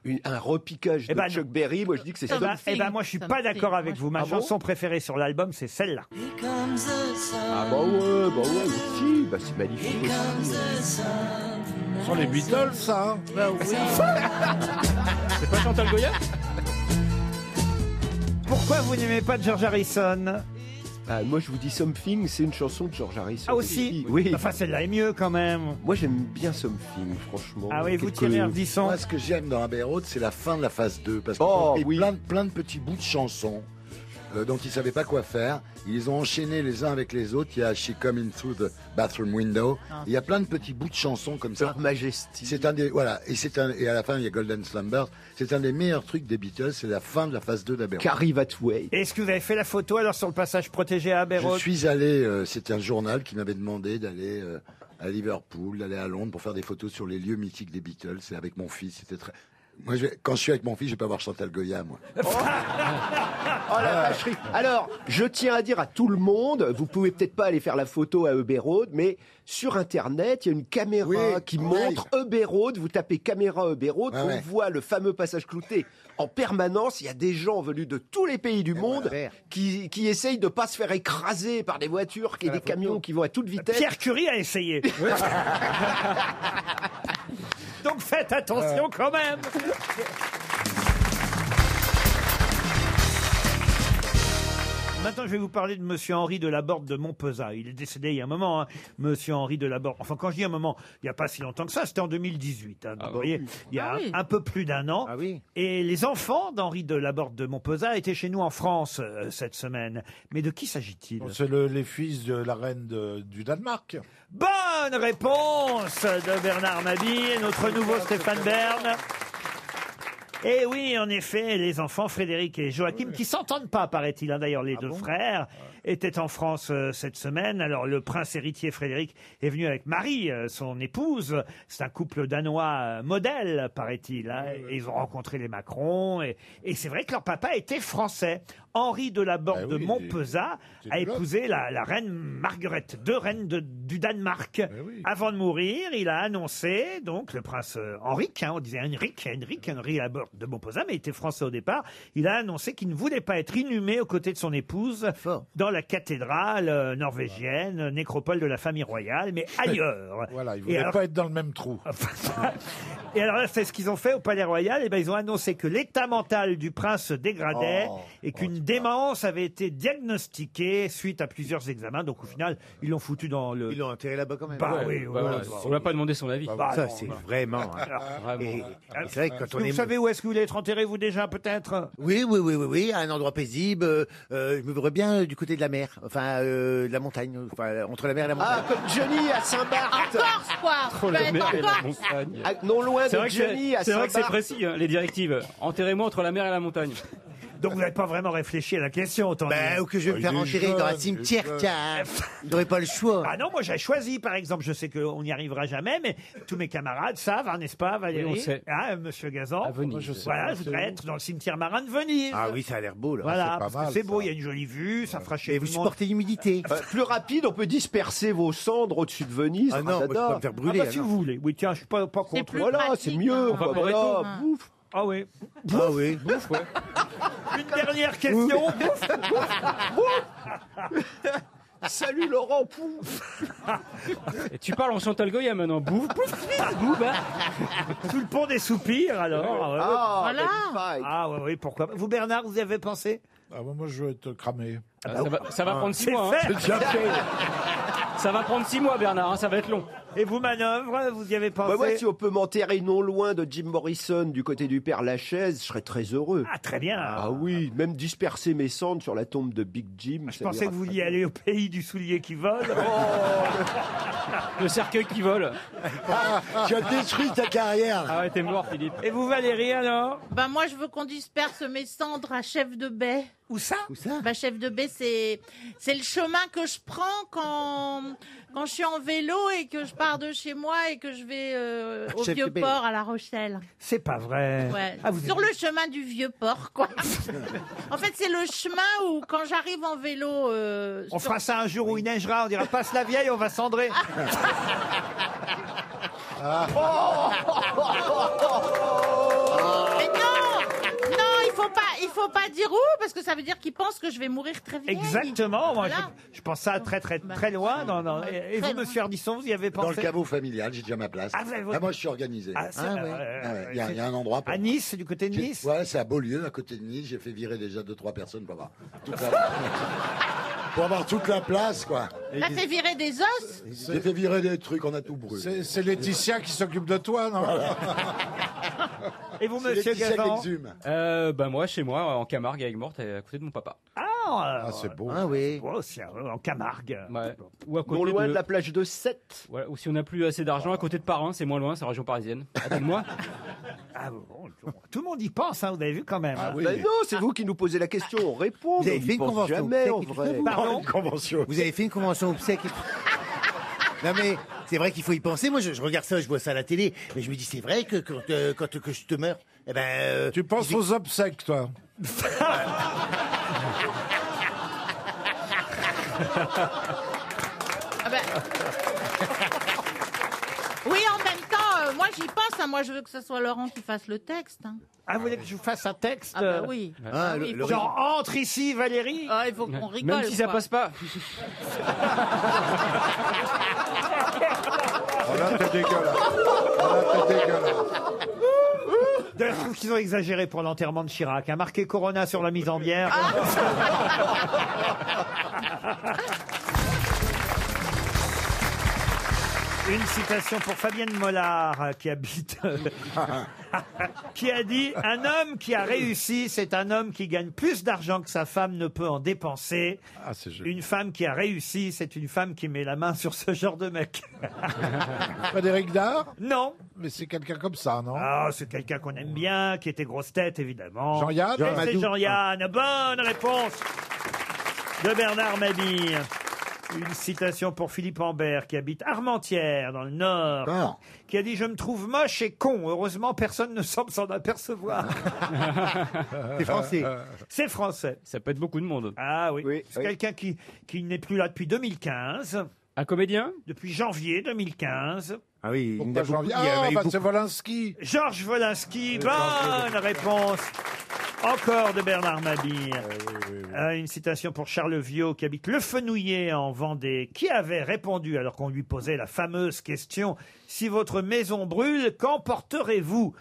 S9: une- un repiquage de
S3: Eh ben,
S9: Chuck Berry, moi je dis que c'est
S3: Eh ben,
S9: Something.
S3: eh ben, moi je suis pas d'accord avec vous.
S9: Ah
S3: Ma
S9: bon
S3: chanson préférée sur l'album c'est celle-là.
S9: Ah bah ouais, bah ouais, aussi, bah c'est magnifique aussi.
S5: Ce sont les Beatles, ça. hein.
S3: Bah
S20: C'est pas Chantal Goya
S3: Pourquoi vous n'aimez pas George Harrison
S9: Ah, moi je vous dis Something, c'est une chanson de George Harrison.
S3: Ah aussi
S9: Oui.
S3: Enfin celle-là est mieux quand même.
S9: Moi j'aime bien Something, franchement. euh,
S3: Ah oui, vous
S9: Quelque-
S3: Thierry Ardisson
S4: Moi, ce que j'aime dans Abbey Road, c'est la fin de la phase 2. Parce qu'ils
S9: Oh,
S4: ont pris
S9: oui.
S4: plein, de- plein de petits bouts de chansons euh, dont ils ne savaient pas quoi faire. Ils les ont enchaînés les uns avec les autres. Il y a She Coming Through the Bathroom Window.
S3: Ah.
S4: Il y a plein de petits bouts de chansons comme ça. Leur
S9: majesté.
S4: C'est un des, voilà. Et, c'est un, et à la fin, il y a Golden Slumbers. C'est un des meilleurs trucs des Beatles. C'est la fin de la phase 2 d'Abbey Road.
S9: Qu'arrive à Way.
S3: Est-ce que vous avez fait la photo alors sur le passage protégé à Abbey
S4: Je
S3: Road
S4: suis allé, euh, c'était un journal qui m'avait demandé d'aller euh, à Liverpool, d'aller à Londres pour faire des photos sur les lieux mythiques des Beatles. C'est avec mon fils, c'était très. Moi, je vais- quand je suis avec mon fils, je vais pas voir Chantal Goya, moi.
S9: Oh la vacherie Alors, je tiens à dire à tout le monde, vous pouvez peut-être pas aller faire la photo à Eber Road, mais sur Internet, il y a une caméra qui montre Eber Road. Vous tapez caméra Eber Road,
S4: Ouais,
S9: on
S4: ouais.
S9: voit le fameux passage clouté en permanence. Il y a des gens venus de tous les pays du monde qui, qui essayent de pas se faire écraser par des voitures et des camions qui vont à toute vitesse.
S3: Pierre Curie a essayé. Donc faites attention quand même. Maintenant, je vais vous parler de Monsieur Henri de Laborde de Montpezat. Il est décédé il y a un moment, hein, Monsieur Henri de Laborde. Enfin, quand je dis un moment, il n'y a pas si longtemps que ça, c'était en 2018. hein. Donc, vous voyez, il y a
S21: Ah
S3: un-
S21: oui.
S3: un, peu plus d'un an. Et les enfants d'Henri de Laborde de Montpezat étaient chez nous en France euh, cette semaine. Mais de qui s'agit-il
S5: C'est le- les fils de la reine de- du Danemark.
S3: Bonne réponse de Bernard Mabille et notre nouveau Stéphane Bern. Et oui, en effet, les enfants Frédéric et Joachim, qui s'entendent pas, paraît-il, hein, d'ailleurs, les deux frères, étaient en France euh, cette semaine. Alors, le prince héritier Frédéric est venu avec Marie, euh, son épouse. C'est un couple danois euh, modèle, paraît-il. hein. Et Ils ont rencontré les Macron. Et, et c'est vrai que leur papa était français. Henri de la Borde de Montpezat
S21: c'est
S3: a
S21: du bloc.
S3: épousé la, la reine Marguerite II, reine de- du Danemark. Avant de mourir, il a annoncé, donc, le prince euh, Henrik, hein, on disait Henrik, Henrik, Henri à bord de Montpezat, mais il était français au départ, il a annoncé qu'il ne voulait pas être inhumé aux côtés de son épouse dans la cathédrale euh, norvégienne, nécropole de la famille royale, mais ailleurs.
S5: Voilà, il
S3: Et
S5: voulait
S3: alors-
S5: pas être dans le même trou.
S3: et alors là, c'est ce qu'ils ont fait au Palais Royal. Et ben, ils ont annoncé que l'état mental du prince se dégradait
S21: Oh,
S3: et qu'une démence avait été diagnostiquée suite à plusieurs examens. Donc au final, ils l'ont foutu dans le. Ils l'ont enterré là-bas quand même. Bah
S20: Ouais,
S3: oui,
S20: bah
S3: Bah, oui,
S20: voilà,
S3: oui,
S20: on l'a pas demandé son avis.
S8: Bah,
S3: Ça, c'est
S8: vraiment. hein. Et- et c'est vrai que
S3: Ah, Est-ce
S8: quand on
S3: bah. que
S8: est.
S3: Vous savez où est-ce que vous voulez être enterré, vous déjà, peut-être
S8: Oui, oui, oui, oui, oui, à un endroit paisible. euh, euh, je me verrais bien euh, du côté de la mer, enfin euh, de la montagne, enfin entre la mer et la montagne.
S9: Ah, comme Johnny à Saint-Barth.
S7: Corse, quoi
S9: Oh, la
S7: Tu vas être
S9: merde,
S7: en
S9: elle
S7: Corse.
S20: montagne.
S9: Ah, non loin
S20: C'est
S9: de
S20: vrai que
S9: Johnny à
S20: c'est- c'est vrai que c'est
S9: Saint-Barth.
S20: précis, hein, les directives. Enterrez-moi entre la mer et la montagne.
S3: Donc vous n'avez pas vraiment réfléchi à la question, autant
S8: Bah, ou que je vais me faire enterrer dans un cimetière, tiens. Vous n'aurez pas le choix.
S3: Ah non, moi j'ai choisi, par exemple, je sais qu'on n'y arrivera jamais, mais tous mes camarades savent, hein, n'est-ce pas, Valérie
S8: Oui, on sait.
S3: Ah, Monsieur Gazan.
S8: Venise. je sais
S3: Voilà,
S8: pas,
S3: je
S8: c'est
S3: voudrais
S8: où
S3: être dans le cimetière marin de Venise.
S8: Ah oui, ça a l'air beau là.
S3: Voilà, parce que c'est beau, il y a une jolie vue, ça fera chez
S8: Et vous supportez l'humidité.
S3: Ah, bah,
S9: Euh, plus rapide, on peut disperser vos cendres au-dessus de Venise.
S8: Ah non, moi, je
S9: j'adore.
S8: peux me faire brûler,
S3: Ah bah, si
S8: non.
S3: vous voulez. Oui, tiens, je suis pas, pas contre.
S9: plus Voilà, pratique, c'est mieux, hein.
S3: On va
S9: quoi,
S3: pleurer
S9: voilà,
S3: tout. Ah oui.
S8: Ah oui.
S3: Une dernière question.
S9: Salut Laurent Pou
S20: Et tu parles en Chantal Goya maintenant. Bouf, bouf, bouf, bouf, hein.
S3: Tout le pont des soupirs, alors.
S20: Ah,
S3: Ah, ouais, ouais.
S20: bah,
S3: Ah, oui, oui, pourquoi pas. Vous, Bernard, vous y avez pensé
S5: Ah, bah, moi, je veux être cramé.
S20: Ah, ça, va, ça va prendre six
S5: C'est
S20: mois. hein.
S5: fait. C'est déjà fait.
S20: Ça va prendre six mois, Bernard. hein, ça va être long.
S3: Et vous, manœuvre, vous y avez pensé
S9: Bah ouais, si on peut m'enterrer non loin de Jim Morrison du côté du Père Lachaise, je serais très heureux.
S3: Ah, très bien.
S9: Ah oui, même disperser mes cendres sur la tombe de Big Jim.
S3: Ah, Je pensais que vous vouliez aller au pays du soulier qui vole.
S20: Le cercueil qui vole.
S21: tu as détruit ta carrière.
S20: Ah ouais, t'es mort, Philippe.
S3: Et vous, Valérie, alors
S7: Bah moi je veux qu'on disperse mes cendres à chef de baie.
S3: Où ça
S7: Où ça Bah chef de baie c'est c'est le chemin que je prends quand quand je suis en vélo et que je pars de chez moi et que je vais euh,
S3: Ah,
S7: au
S3: Chef de
S7: vieux
S3: Baie.
S7: port à La Rochelle.
S3: C'est pas vrai.
S7: Ouais.
S3: Ah, vous
S7: Sur le chemin du vieux port quoi. en fait c'est le chemin où quand j'arrive en vélo. euh,
S3: On
S7: sur-
S3: fera ça un jour où il neigera, on dira passe la vieille, on va cendrer.
S7: Ah, Mais non non il faut pas il faut pas dire où parce que ça veut dire qu'ils pensent que je vais mourir très vite.
S3: Exactement, moi je, je pense ça très très très loin. Non, non. Et, et
S7: Bah, Très
S3: vous, monsieur Ardisson, vous y avez pensé
S4: Dans le caveau familial, j'ai déjà ma place.
S3: Ah, vous avez votre-
S4: moi, je suis organisé.
S3: Ah, c'est-
S4: ouais.
S3: euh,
S4: Ah, ouais.
S3: euh,
S4: Il y, a- il y a un endroit. Pour...
S3: À Nice, c'est du côté de
S4: J'ai-
S3: Nice
S4: Ouais, c'est à Beaulieu, à côté de Nice. J'ai fait virer déjà deux, trois personnes pour avoir toute la, pour avoir toute la place, quoi.
S7: Là fait virer des os.
S4: J'ai fait virer des trucs, on a tout brûlé.
S5: C'est c'est Laetitia qui s'occupe de toi, non
S3: Et vous,
S5: C'est
S3: monsieur
S5: Laetitia
S3: Gazan
S5: Gexum.
S20: Euh, bah moi, chez moi, en Camargue, avec Morte, à côté de mon papa.
S7: Oh.
S3: Ah,
S5: c'est beau.
S3: Ah oui. en Camargue.
S20: Ouais. Ou à côté
S9: Non loin de...
S20: de
S9: la plage de Sète.
S20: Voilà, ou si on n'a plus assez d'argent, à côté de Parrain, c'est moins loin, c'est en région parisienne. Appelle-moi.
S3: Ah, bon, tout le monde y pense, hein, vous avez vu quand même. hein.
S9: Bah non, c'est vous qui nous posez la question, on répond.
S8: Vous
S9: mais
S8: avez
S9: on y
S8: fait une
S9: pense
S8: convention.
S9: Jamais
S8: Vous
S9: en
S8: faites-
S9: vrai.
S3: Pardon
S8: Vous avez fait une convention obsèque. Non mais c'est vrai qu'il faut y penser. Moi je, je regarde ça, je vois ça à la télé, mais je me dis c'est vrai que quand, euh, quand que je te meurs, eh ben euh,
S5: Tu penses
S8: j'ai-
S5: aux obsèques, toi
S7: Ah ben. Oui, en même temps, euh, moi j'y pense, hein. moi je veux que ce soit Laurent qui fasse le texte. hein.
S3: Ah, vous voulez que je vous fasse un texte
S7: Ah bah oui.
S3: euh,
S7: Ah, le- le-
S3: Genre, entre ici, Valérie
S7: Ah, il faut qu'on rigole.
S20: Même si ça
S7: quoi.
S20: passe pas.
S5: Oh là, t'es dégueulasse. Oh là, t'es dégueulasse.
S3: D'ailleurs, je trouve qu'ils ont exagéré pour l'enterrement de Chirac. A marqué Corona sur la mise en bière.
S7: Ah.
S3: Une citation pour Fabienne Mollard, euh, qui habite, euh, qui a dit Un homme qui a réussi, c'est un homme qui gagne plus d'argent que sa femme ne peut en dépenser. Une femme qui a réussi, c'est une femme qui met la main sur ce genre de mec.
S5: Frédéric Dard
S3: Non.
S5: Mais c'est quelqu'un comme ça, non
S3: Ah, c'est quelqu'un qu'on aime bien, qui était grosse tête, évidemment.
S5: Jean-Yann
S3: Et C'est
S5: Madou.
S3: Jean-Yann. Bonne réponse de Bernard Mabille. Une citation pour Philippe Ambert, qui habite Armentières, dans le Nord, qui a dit « Je me trouve moche et con. Heureusement, personne ne semble s'en apercevoir. »
S20: C'est français.
S3: C'est français.
S20: Ça peut être beaucoup de monde.
S3: Ah oui, c'est quelqu'un qui, qui n'est plus là depuis 2015.
S20: Un comédien
S3: Depuis janvier 2015.
S22: Ah oui, il y
S5: Pourquoi
S22: a beaucoup-
S5: janvier
S22: il y en a
S5: Ah,
S22: eu
S5: bah,
S22: beaucoup.
S5: c'est Volinsky.
S3: Georges Volinsky,
S5: Euh, Georges
S3: bonne réponse. Encore de Bernard Mabille. Euh, une citation pour Charles Viau qui habite Le Fenouillet en Vendée, qui avait répondu alors qu'on lui posait la fameuse question Si votre maison brûle, qu'emporterez-vous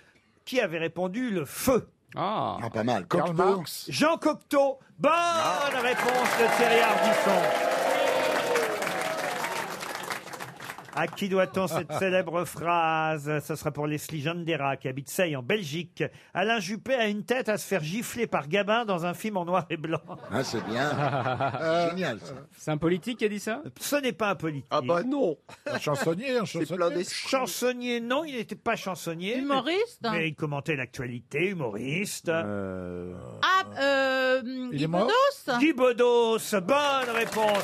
S3: Qui avait répondu Le feu.
S20: Ah,
S3: pas mal.
S5: Karl Marx.
S3: Jean Cocteau. Bonne réponse de Thierry Ardisson. À qui doit-on cette célèbre phrase Ce sera pour Leslie Jandera, qui habite Seille, en Belgique. Alain Juppé a une tête à se faire gifler par Gabin dans un film en noir et blanc. Euh,
S4: Ah, c'est bien. Génial, ça.
S20: C'est un politique qui a dit ça
S3: Ce n'est pas un politique. Ah
S20: bah non
S5: Un chansonnier, un chansonnier.
S3: Chansonnier, non, il n'était pas chansonnier.
S7: Humoriste
S3: Mais, mais il commentait l'actualité, humoriste.
S7: Ah, euh, Guy Bedos
S3: Guy Bedos, bonne réponse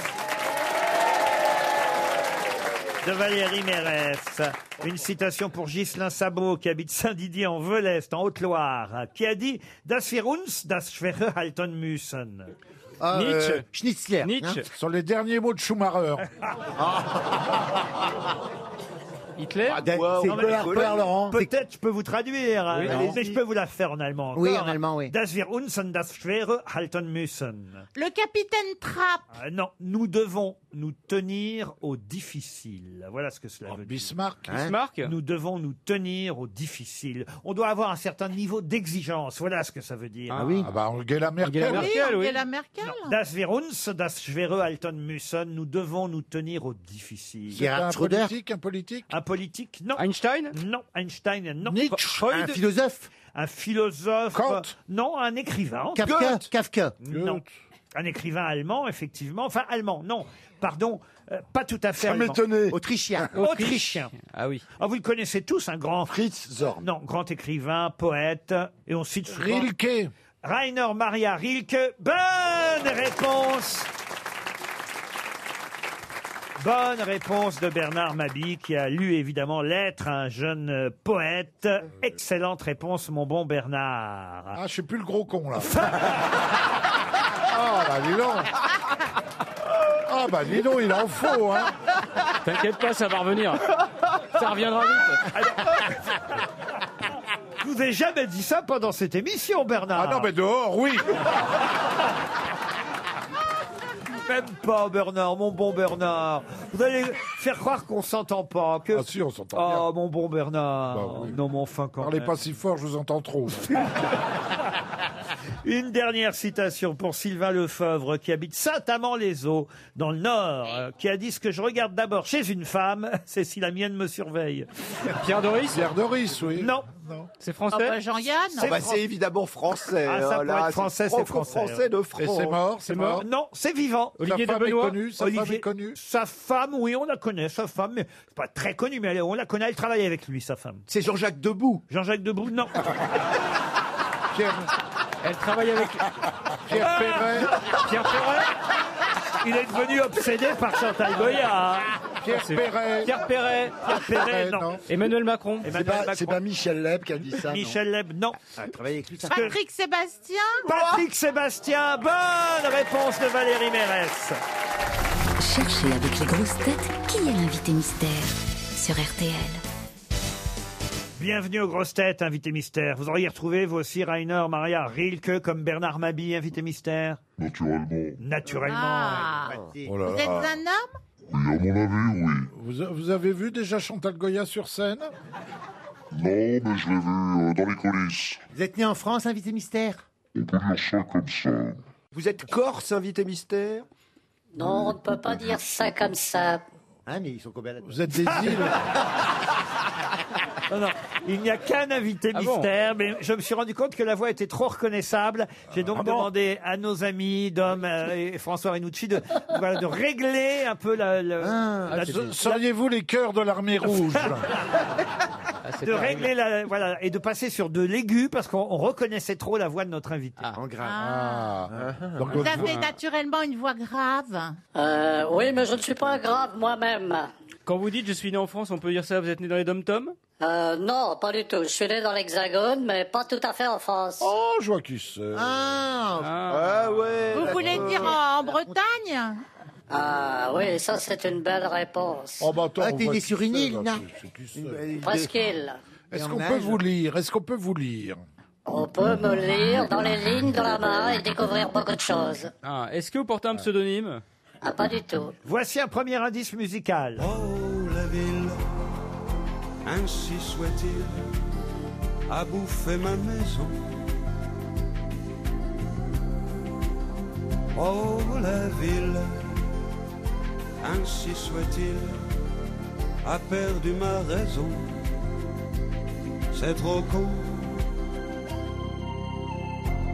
S3: de Valérie Mérès. Une citation pour Ghislain Sabot, qui habite Saint-Didier en Velest, en Haute-Loire, qui a dit « Das wir uns, das schwere halten müssen
S8: Ah, Nietzsche. euh,
S5: Schnitzler.
S8: Nietzsche.
S22: hein.
S5: Ce sont les derniers mots de Schumacher.
S3: Ah.
S20: Hitler
S8: Ah, ben,
S5: c'est Kohler, Kohler, Laurent.
S3: Peut-être je peux vous traduire,
S5: Oui,
S3: hein,
S5: allez-y.
S3: mais je peux vous la faire en allemand.
S7: Oui,
S3: encore. hein.
S7: en allemand, oui.
S3: Das wir uns und das schwere halten müssen.
S7: Le capitaine Trapp.
S3: Ah, non, nous devons nous tenir au difficile. Voilà ce que cela veut dire.
S5: Oh, Bismarck.
S20: Hein Bismarck
S3: Nous devons nous tenir au difficile. On doit avoir un certain niveau d'exigence. Voilà ce que ça veut dire.
S5: Ah bah Angela Merkel.
S3: Angela Merkel, oui.
S7: Angela Merkel.
S3: Das wir uns, das schwere halten müssen. Nous devons nous tenir au difficile.
S5: C'est un politique, un politique.
S3: Un politique, non.
S20: Einstein
S3: Non, Einstein, non.
S8: Nietzsche,
S3: Freud
S8: un philosophe.
S3: Un philosophe.
S8: Kant.
S3: Non, un écrivain.
S8: Kafka,
S3: Goethe.
S8: Kafka.
S3: Non. Un écrivain allemand, effectivement. Enfin, allemand, non. Pardon, euh, pas tout à fait
S21: Ça
S3: allemand.
S21: m'étonnait.
S8: Autrichien.
S3: Autrichien.
S20: Ah oui.
S3: Ah, vous le connaissez tous, un grand. Fritz Zorn. Non, grand écrivain, poète. Et on cite souvent-
S5: Rilke.
S3: Rainer Maria Rilke. Bonne réponse Bonne réponse de Bernard Mabi qui a lu évidemment L'être à un jeune euh, poète. Excellente réponse, mon bon Bernard.
S5: Ah, je suis plus le gros con, là. Ah, bah dis donc. Ah, bah dis donc, il en faut, hein.
S20: T'inquiète pas, ça va revenir. Ça reviendra vite.
S3: Je vous ai jamais dit ça pendant cette émission, Bernard.
S5: Ah non, mais dehors, oui.
S3: Même pas, Bernard, mon bon Bernard. Vous allez faire croire qu'on s'entend pas. Que...
S5: Ah si, on s'entend
S3: Oh, mon bon Bernard.
S5: Bah oui.
S3: Non, mais enfin, quand
S5: Parlez
S3: même.
S5: pas si fort, je vous entends trop.
S3: Une dernière citation pour Sylvain Lefebvre, qui habite Saint-Amand-les-Eaux, dans le Nord, euh, qui a dit ce que je regarde d'abord chez une femme, c'est si la mienne me surveille.
S20: Pierre Doris
S5: Pierre Doris, oui.
S3: Non.
S20: C'est
S7: Ah
S20: français
S7: bah, Jean-Yann.
S3: C'est
S9: bah,
S3: Fran-
S9: c'est évidemment français.
S3: Ah, ça
S9: hein,
S3: pourrait
S9: là,
S3: être français, c'est français.
S9: franco-français de
S5: Et
S9: France.
S5: c'est mort, c'est mort.
S3: Non, c'est vivant.
S20: Olivier
S5: Sa
S20: de
S5: femme est
S20: Benoît
S5: connue, sa femme est connue.
S3: Sa femme, oui, on la connaît, sa femme, mais c'est pas très connue, mais elle- on la connaît, elle travaille avec lui, sa femme.
S9: C'est Jean-Jacques Debout.
S3: Jean-Jacques Debout, non.
S5: Pierre,
S20: Elle travaille avec
S5: Pierre Perret.
S20: Pierre Perret
S3: Il est devenu obsédé par Chantal Goya. hein.
S5: Pierre Perret.
S20: Ah, Pierre Perret
S3: Pierre Perret, non.
S20: Emmanuel Macron
S3: Emmanuel
S21: pas-
S3: Macron.
S21: C'est pas Michel Leb qui a dit ça. non
S3: Michel Leb, non.
S5: Ah,
S7: Patrick Sébastien.
S3: Patrick Sébastien, bonne réponse de Valérie Mérès.
S1: Cherchez avec les grosses têtes qui est l'invité mystère sur RTL.
S3: Bienvenue aux grosses têtes, invité mystère. Vous auriez retrouvé vous aussi Rainer, Maria Rilke comme Bernard Mabi, invité mystère
S22: Naturellement.
S3: Naturellement.
S7: Ah.
S3: ouais.
S5: Oh là
S7: Vous êtes
S5: là.
S7: un
S22: Oui,
S7: homme
S22: à mon avis, oui.
S5: Vous, a- vous avez vu déjà Chantal Goya sur scène
S22: Non, mais je l'ai vu euh, dans les coulisses.
S8: Vous êtes né en France, invité mystère
S22: On peut dire ça ben, comme ça.
S9: Vous êtes corse, invité mystère
S12: Non, on ne peut pas dire ça comme ça.
S8: Hein, mais ils sont combien Ah, là-dedans
S5: Vous êtes des îles
S3: Non, non, il n'y a qu'un invité
S8: Ah bon
S3: mystère, mais je me suis rendu compte que la voix était trop reconnaissable. J'ai
S8: Ah
S3: donc demandé à nos amis Dom euh, et François Renucci de, voilà, de régler un peu la, la- la-
S5: Ah, so- Seriez-vous les cœurs de l'armée rouge
S8: Ah,
S3: de régler la, voilà, et de passer sur de l'aigu parce qu'on on reconnaissait trop la voix de notre invité.
S8: Ah.
S3: Ah. en grave.
S5: Ah. Donc,
S7: Vous avez naturellement une voix grave.
S12: Euh, oui, mais je ne suis pas grave moi-même.
S20: Quand vous dites je suis né en France, on peut dire ça, vous êtes né dans les dom-toms
S12: Euh, non, pas du tout. Je suis né dans l'Hexagone, mais pas tout à fait en France.
S5: Oh, eh, je vois qui c'est.
S8: Ah,
S9: ouais.
S7: Vous voulez dire en, en Bretagne
S12: Ah oui, ça c'est une belle réponse.
S5: Oh, bah, attends,
S8: Ah,
S5: on
S8: t'es
S5: voit
S8: né
S5: qui
S8: sur une
S5: c'est,
S8: île,
S5: là,
S8: là.
S5: c'est- c'est qui c'est
S12: Presqu'île.
S5: Est-ce qu'on peut vous lire Est-ce qu'on peut vous lire
S12: On peut me lire dans les lignes de la main et découvrir beaucoup de choses.
S20: Ah, Est-ce que vous portez un pseudonyme
S12: Ah, pas du tout.
S3: Voici un premier indice musical.
S23: Oh la ville, ainsi soit-il, a bouffé ma maison. Oh la ville, ainsi soit-il, a perdu ma raison. C'est trop con.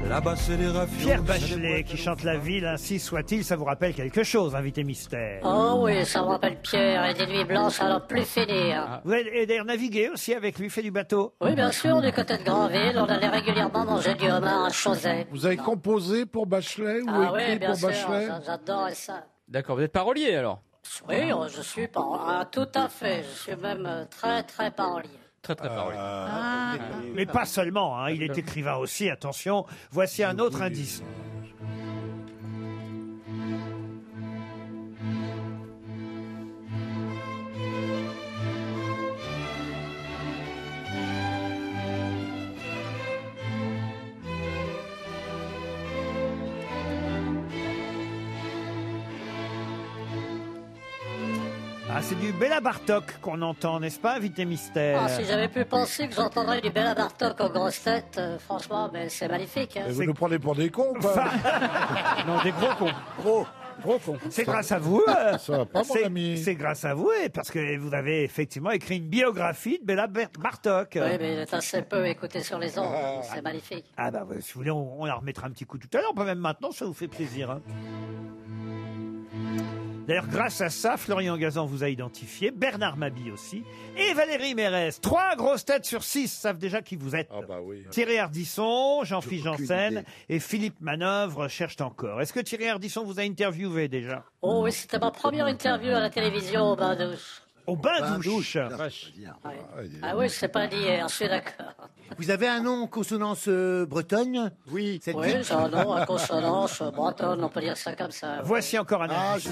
S23: Là-bas c'est les raffions.
S3: Pierre
S23: c'est les
S3: Bachelet qui chante La ville, ainsi soit-il, ça vous rappelle quelque chose, invité mystère.
S12: Oh oui, ça me rappelle Pierre et des nuits blanches à n'en plus finir.
S3: Ah. Vous avez et d'ailleurs navigué aussi avec lui, fait du bateau.
S12: Oui, bien sûr, du côté de Granville, on allait régulièrement manger du homard à Chausset.
S5: Vous avez composé pour Bachelet ou
S12: Ah
S5: écrit
S12: oui, bien
S5: pour
S12: sûr,
S5: Bachelet
S12: ça, j'adorais ça.
S20: D'accord, vous êtes parolier alors
S12: Oui, oh, je suis par... ah, tout à fait, je suis même euh, très très parolier.
S20: Très très parolier.
S12: Ah.
S3: Ah. Mais pas seulement, hein, il est écrivain aussi, attention. Voici un autre indice. Ah, c'est du Béla Bartok qu'on entend, n'est-ce pas, invité mystère
S12: Ah, si j'avais pu penser que j'entendrais du Béla Bartok aux grosses têtes, euh, franchement, mais c'est magnifique. hein.
S5: Et Vous nous prenez pour des cons ou pas
S20: Non, des gros cons.
S5: Gros.
S20: Gros cons.
S3: C'est grâce à vous. euh,
S5: Ah, Ça va pas, mon
S3: c'est-
S5: ami.
S3: C'est grâce à vous, et parce que vous avez effectivement écrit une biographie de Béla Ber- Bartok.
S12: Oui, mais il est assez peu écouté sur les ondes, c'est magnifique.
S3: Ah bah ouais, si vous voulez, on, on la remettra un petit coup tout à l'heure, pas même maintenant, ça vous fait plaisir. hein. D'ailleurs, grâce à ça, Florian Gazan vous a identifié, Bernard Mabi aussi, et Valérie Mérès. Trois grosses têtes sur six savent déjà qui vous êtes.
S5: Ah, bah
S3: Thierry Ardisson, Jean-Philippe Janssen et Philippe Manœuvre cherchent encore. Est-ce que Thierry Ardisson vous a interviewé déjà
S12: Oh oui, c'était ma première interview à la télévision au bain douche.
S3: Au bain, douche.
S12: Ah oui, c'est pas d'hier, je suis d'accord.
S8: Vous avez un nom en consonance euh, bretonne
S9: Oui.
S8: Cette
S12: Oui, j'ai un nom à consonance bretonne, on peut dire ça comme ça.
S3: Voici encore un indice.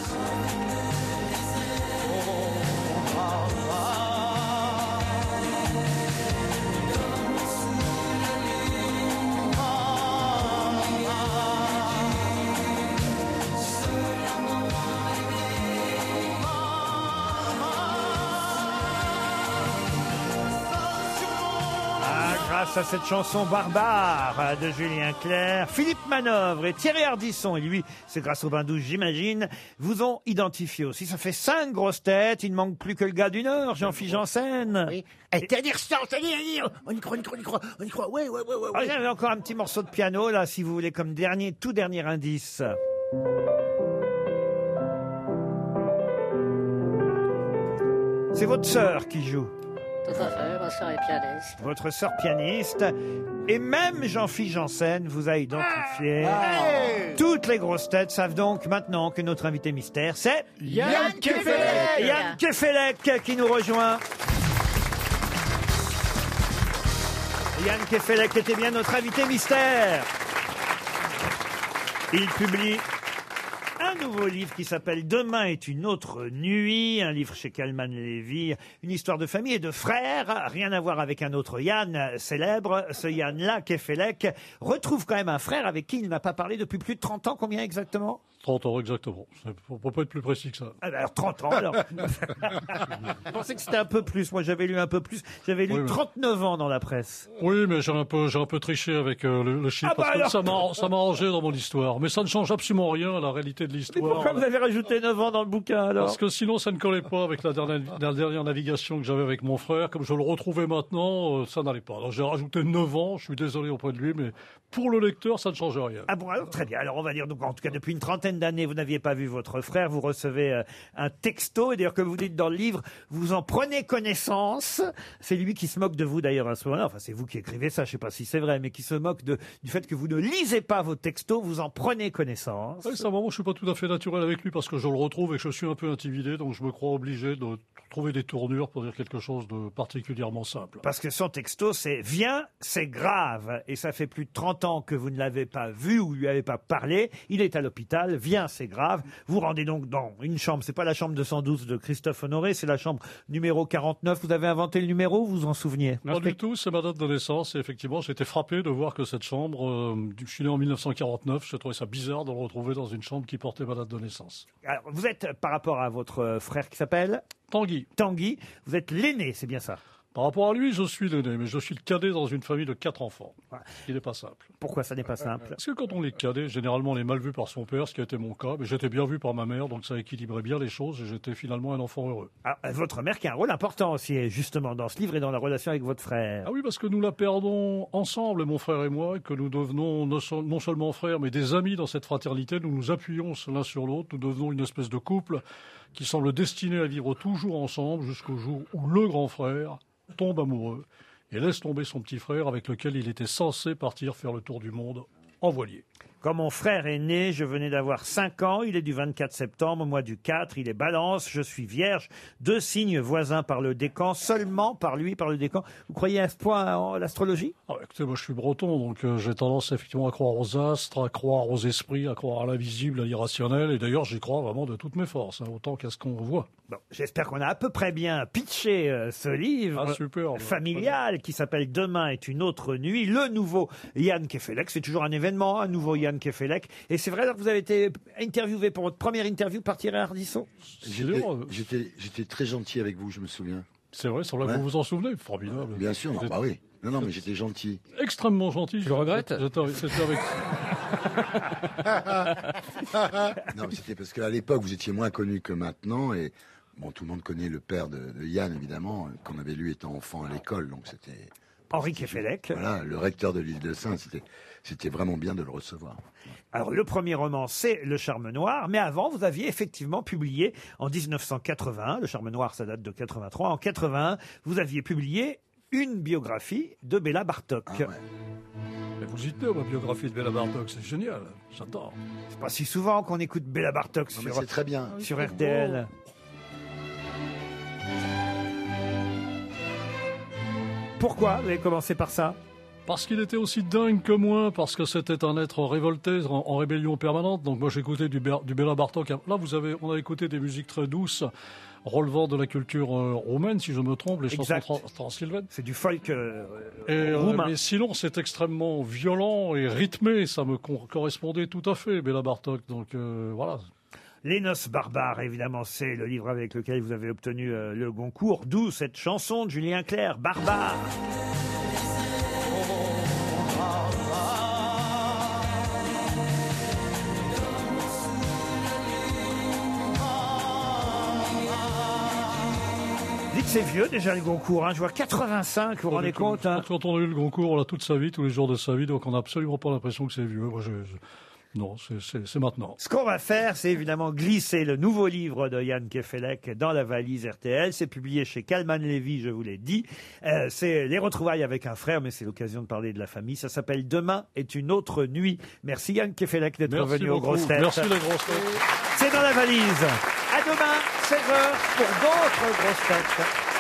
S3: Ah, grâce à cette chanson barbare de Julien Clerc, Philippe Manœuvre et Thierry Ardisson, et lui, c'est grâce au bain douche, j'imagine, vous ont identifié aussi. Ça fait cinq grosses têtes, il ne manque plus que le gars du Nord, Jean-Philippe Janssen. Oui.
S8: C'est-à-dire Eh, ça, c'est-à-dire, on y croit, on y croit, on y croit, on y croit, ouais, ouais, ouais, ouais.
S3: Ah, j'avais encore un petit morceau de piano, là, si vous voulez, comme dernier, tout dernier indice. C'est votre sœur qui joue.
S12: Tout à fait, ma soeur est pianiste.
S3: votre sœur pianiste. Et même Jean-Philippe Janssen vous a identifié. Toutes les grosses têtes savent donc maintenant que notre invité mystère, c'est
S5: Yann Kefelec.
S3: Yann Kefelec qui nous rejoint. Yann Kefelec était bien notre invité mystère. Il publie un nouveau livre qui s'appelle Demain est une autre nuit, un livre chez Calman Lévy, une histoire de famille et de frères, rien à voir avec un autre Yann célèbre, ce Yann-là, Kefelec, retrouve quand même un frère avec qui il n'a pas parlé depuis plus de 30 ans, combien exactement
S10: 30 ans exactement. On ne peut pas être plus précis que ça.
S3: Ah bah alors 30 ans alors. Je pensais que c'était un peu plus, moi j'avais lu un peu plus, j'avais lu
S10: Oui, mais-
S3: 39 ans dans la presse.
S10: Oui, mais j'ai un peu, j'ai un peu triché avec euh, le, le chiffre
S3: Ah bah
S10: parce que
S3: alors-
S10: ça m'a, ça m'a arrangé dans mon histoire. Mais ça ne change absolument rien à la réalité de l'histoire.
S3: Pourquoi vous avez rajouté 9 ans dans le bouquin alors
S10: Parce que sinon, ça ne collait pas avec la dernière, la dernière navigation que j'avais avec mon frère. Comme je le retrouvais maintenant, euh, ça n'allait pas. Alors j'ai rajouté 9 ans, je suis désolé auprès de lui, mais pour le lecteur, ça ne change rien.
S3: Ah bon, alors très bien. Alors on va dire, donc en tout cas, depuis une trentaine d'années, vous n'aviez pas vu votre frère, vous recevez euh, un texto, et d'ailleurs, comme vous dites dans le livre, vous en prenez connaissance. C'est lui qui se moque de vous d'ailleurs à ce moment-là. Enfin, c'est vous qui écrivez ça, je sais pas si c'est vrai, mais qui se moque de, du fait que vous ne lisez pas vos textos, vous en prenez connaissance.
S10: Oui, c'est un moment où je suis pas tout à fait naturel avec lui parce que je le retrouve et que je suis un peu intimidé, donc je me crois obligé de trouver des tournures pour dire quelque chose de particulièrement simple.
S3: Parce que son texto, c'est Viens, c'est grave. Et ça fait plus de 30 ans que vous ne l'avez pas vu ou lui avez pas parlé. Il est à l'hôpital. Viens, c'est grave. Vous rendez donc dans une chambre. C'est pas la chambre 212 de Christophe Honoré, c'est la chambre numéro 49. Vous avez inventé le numéro, vous vous en souveniez
S10: Pas du tout, c'est ma date de naissance et effectivement j'étais frappé de voir que cette chambre, euh, je suis né en 1949, je trouvais ça bizarre de le retrouver dans une chambre qui portait ma date de naissance.
S3: Alors, vous êtes, euh, par rapport à votre euh, frère qui s'appelle
S10: Tanguy.
S3: Tanguy, vous êtes l'aîné, c'est bien ça.
S10: Par rapport à lui, je suis l'aîné, mais je suis le cadet dans une famille de quatre enfants. Il n'est pas simple.
S3: Pourquoi ça n'est pas simple
S10: Parce que quand on est cadet, généralement on est mal vu par son père, ce qui a été mon cas, mais j'étais bien vu par ma mère, donc ça équilibrait bien les choses et j'étais finalement un enfant heureux.
S3: Ah, euh, votre mère qui a un rôle important aussi, justement, dans ce livre et dans la relation avec votre frère.
S10: Ah oui, parce que nous la perdons ensemble, mon frère et moi, et que nous devenons non so- non seulement frères, mais des amis dans cette fraternité. Nous nous appuyons l'un sur l'autre, nous devenons une espèce de couple qui semble destiné à vivre toujours ensemble jusqu'au jour où le grand frère tombe amoureux et laisse tomber son petit frère avec lequel il était censé partir faire le tour du monde en voilier.
S3: Quand mon frère est né, je venais d'avoir 5 ans, il est du 24 septembre, moi du 4, il est balance, je suis vierge, deux signes voisins par le décan, seulement par lui, par le décan. Vous croyez à ce point hein, en l'astrologie
S10: Ah, écoutez, moi je suis breton, donc euh, j'ai tendance effectivement à croire aux astres, à croire aux esprits, à croire à l'invisible, à l'irrationnel, et d'ailleurs j'y crois vraiment de toutes mes forces, hein, autant qu'à ce qu'on voit.
S3: Bon, j'espère qu'on a à peu près bien pitché euh, ce livre
S10: Ah, super, bah,
S3: familial qui s'appelle Demain est une autre nuit, le nouveau Yann Kefelec. C'est toujours un événement, un nouveau Yann Kefelec. Et c'est vrai alors que vous avez été interviewé pour votre première interview par Thierry Ardisson
S4: J'étais- J'étais j'étais très gentil avec vous, je me souviens.
S10: C'est vrai, semble que vous vous en souvenez. Formidable.
S4: Bien sûr, non, bah oui. Non, non, mais j'étais gentil.
S10: Extrêmement gentil. Je le regrette J'étais avec- j'étais avec-
S4: Non, mais c'était parce qu'à l'époque, vous étiez moins connu que maintenant. Et bon, tout le monde connaît le père de, de Yann, évidemment, qu'on avait lu étant enfant à l'école. Donc c'était.
S3: Henri Kefelec.
S4: Voilà, le recteur de l'île de Saint, c'était c'était vraiment bien de le recevoir.
S3: Alors, le premier roman, c'est Le Charme Noir, mais avant, vous aviez effectivement publié en 1981, Le Charme Noir, ça date de 83, en 81, vous aviez publié une biographie de Béla Bartok.
S10: Ah Mais vous y tenez, ma biographie de Béla Bartok, c'est génial. J'adore. Ah,
S3: C'est pas si souvent qu'on écoute Béla Bartok
S4: Non, mais
S3: sur,
S4: c'est très bien.
S3: sur
S4: Oui, c'est
S3: RTL.
S10: Oh.
S3: Pourquoi vous avez commencé par ça
S10: Parce qu'il était aussi dingue que moi, parce que c'était un être révolté, en, en rébellion permanente. Donc moi j'écoutais du, Ber- du Béla Bartok. Là vous avez, on a écouté des musiques très douces, relevant de la culture euh, roumaine, si je me trompe, les chansons
S3: Exact.
S10: tran- transylvaines.
S3: C'est du folk euh,
S10: Et, euh,
S3: roumain.
S10: mais sinon, c'est extrêmement violent et rythmé. Ça me con- correspondait tout à fait, Béla Bartok. Donc euh, voilà.
S3: Les Noces barbares, évidemment, c'est le livre avec lequel vous avez obtenu euh, le Goncourt, d'où cette chanson de Julien Clerc, Barbare. Dites que c'est vieux déjà le Goncourt, hein. je vois 85, vous vous rendez compte hein.
S10: Quand on a eu le Goncourt, on l'a toute sa vie, tous les jours de sa vie, donc on n'a absolument pas l'impression que c'est vieux. Moi, je- je- Non, c'est- c'est c'est maintenant.
S3: Ce qu'on va faire, c'est évidemment glisser le nouveau livre de Yann Kefelec dans la valise RTL. C'est publié chez Calman Levy, je vous l'ai dit. Euh, c'est les retrouvailles avec un frère, mais c'est l'occasion de parler de la famille. Ça s'appelle Demain est une autre nuit. Merci Yann Kefelec d'être
S10: Merci
S3: venu aux
S10: beaucoup.
S3: grosses têtes.
S10: Merci les grosses têtes.
S3: C'est dans la valise. À demain, 16h, pour d'autres grosses têtes.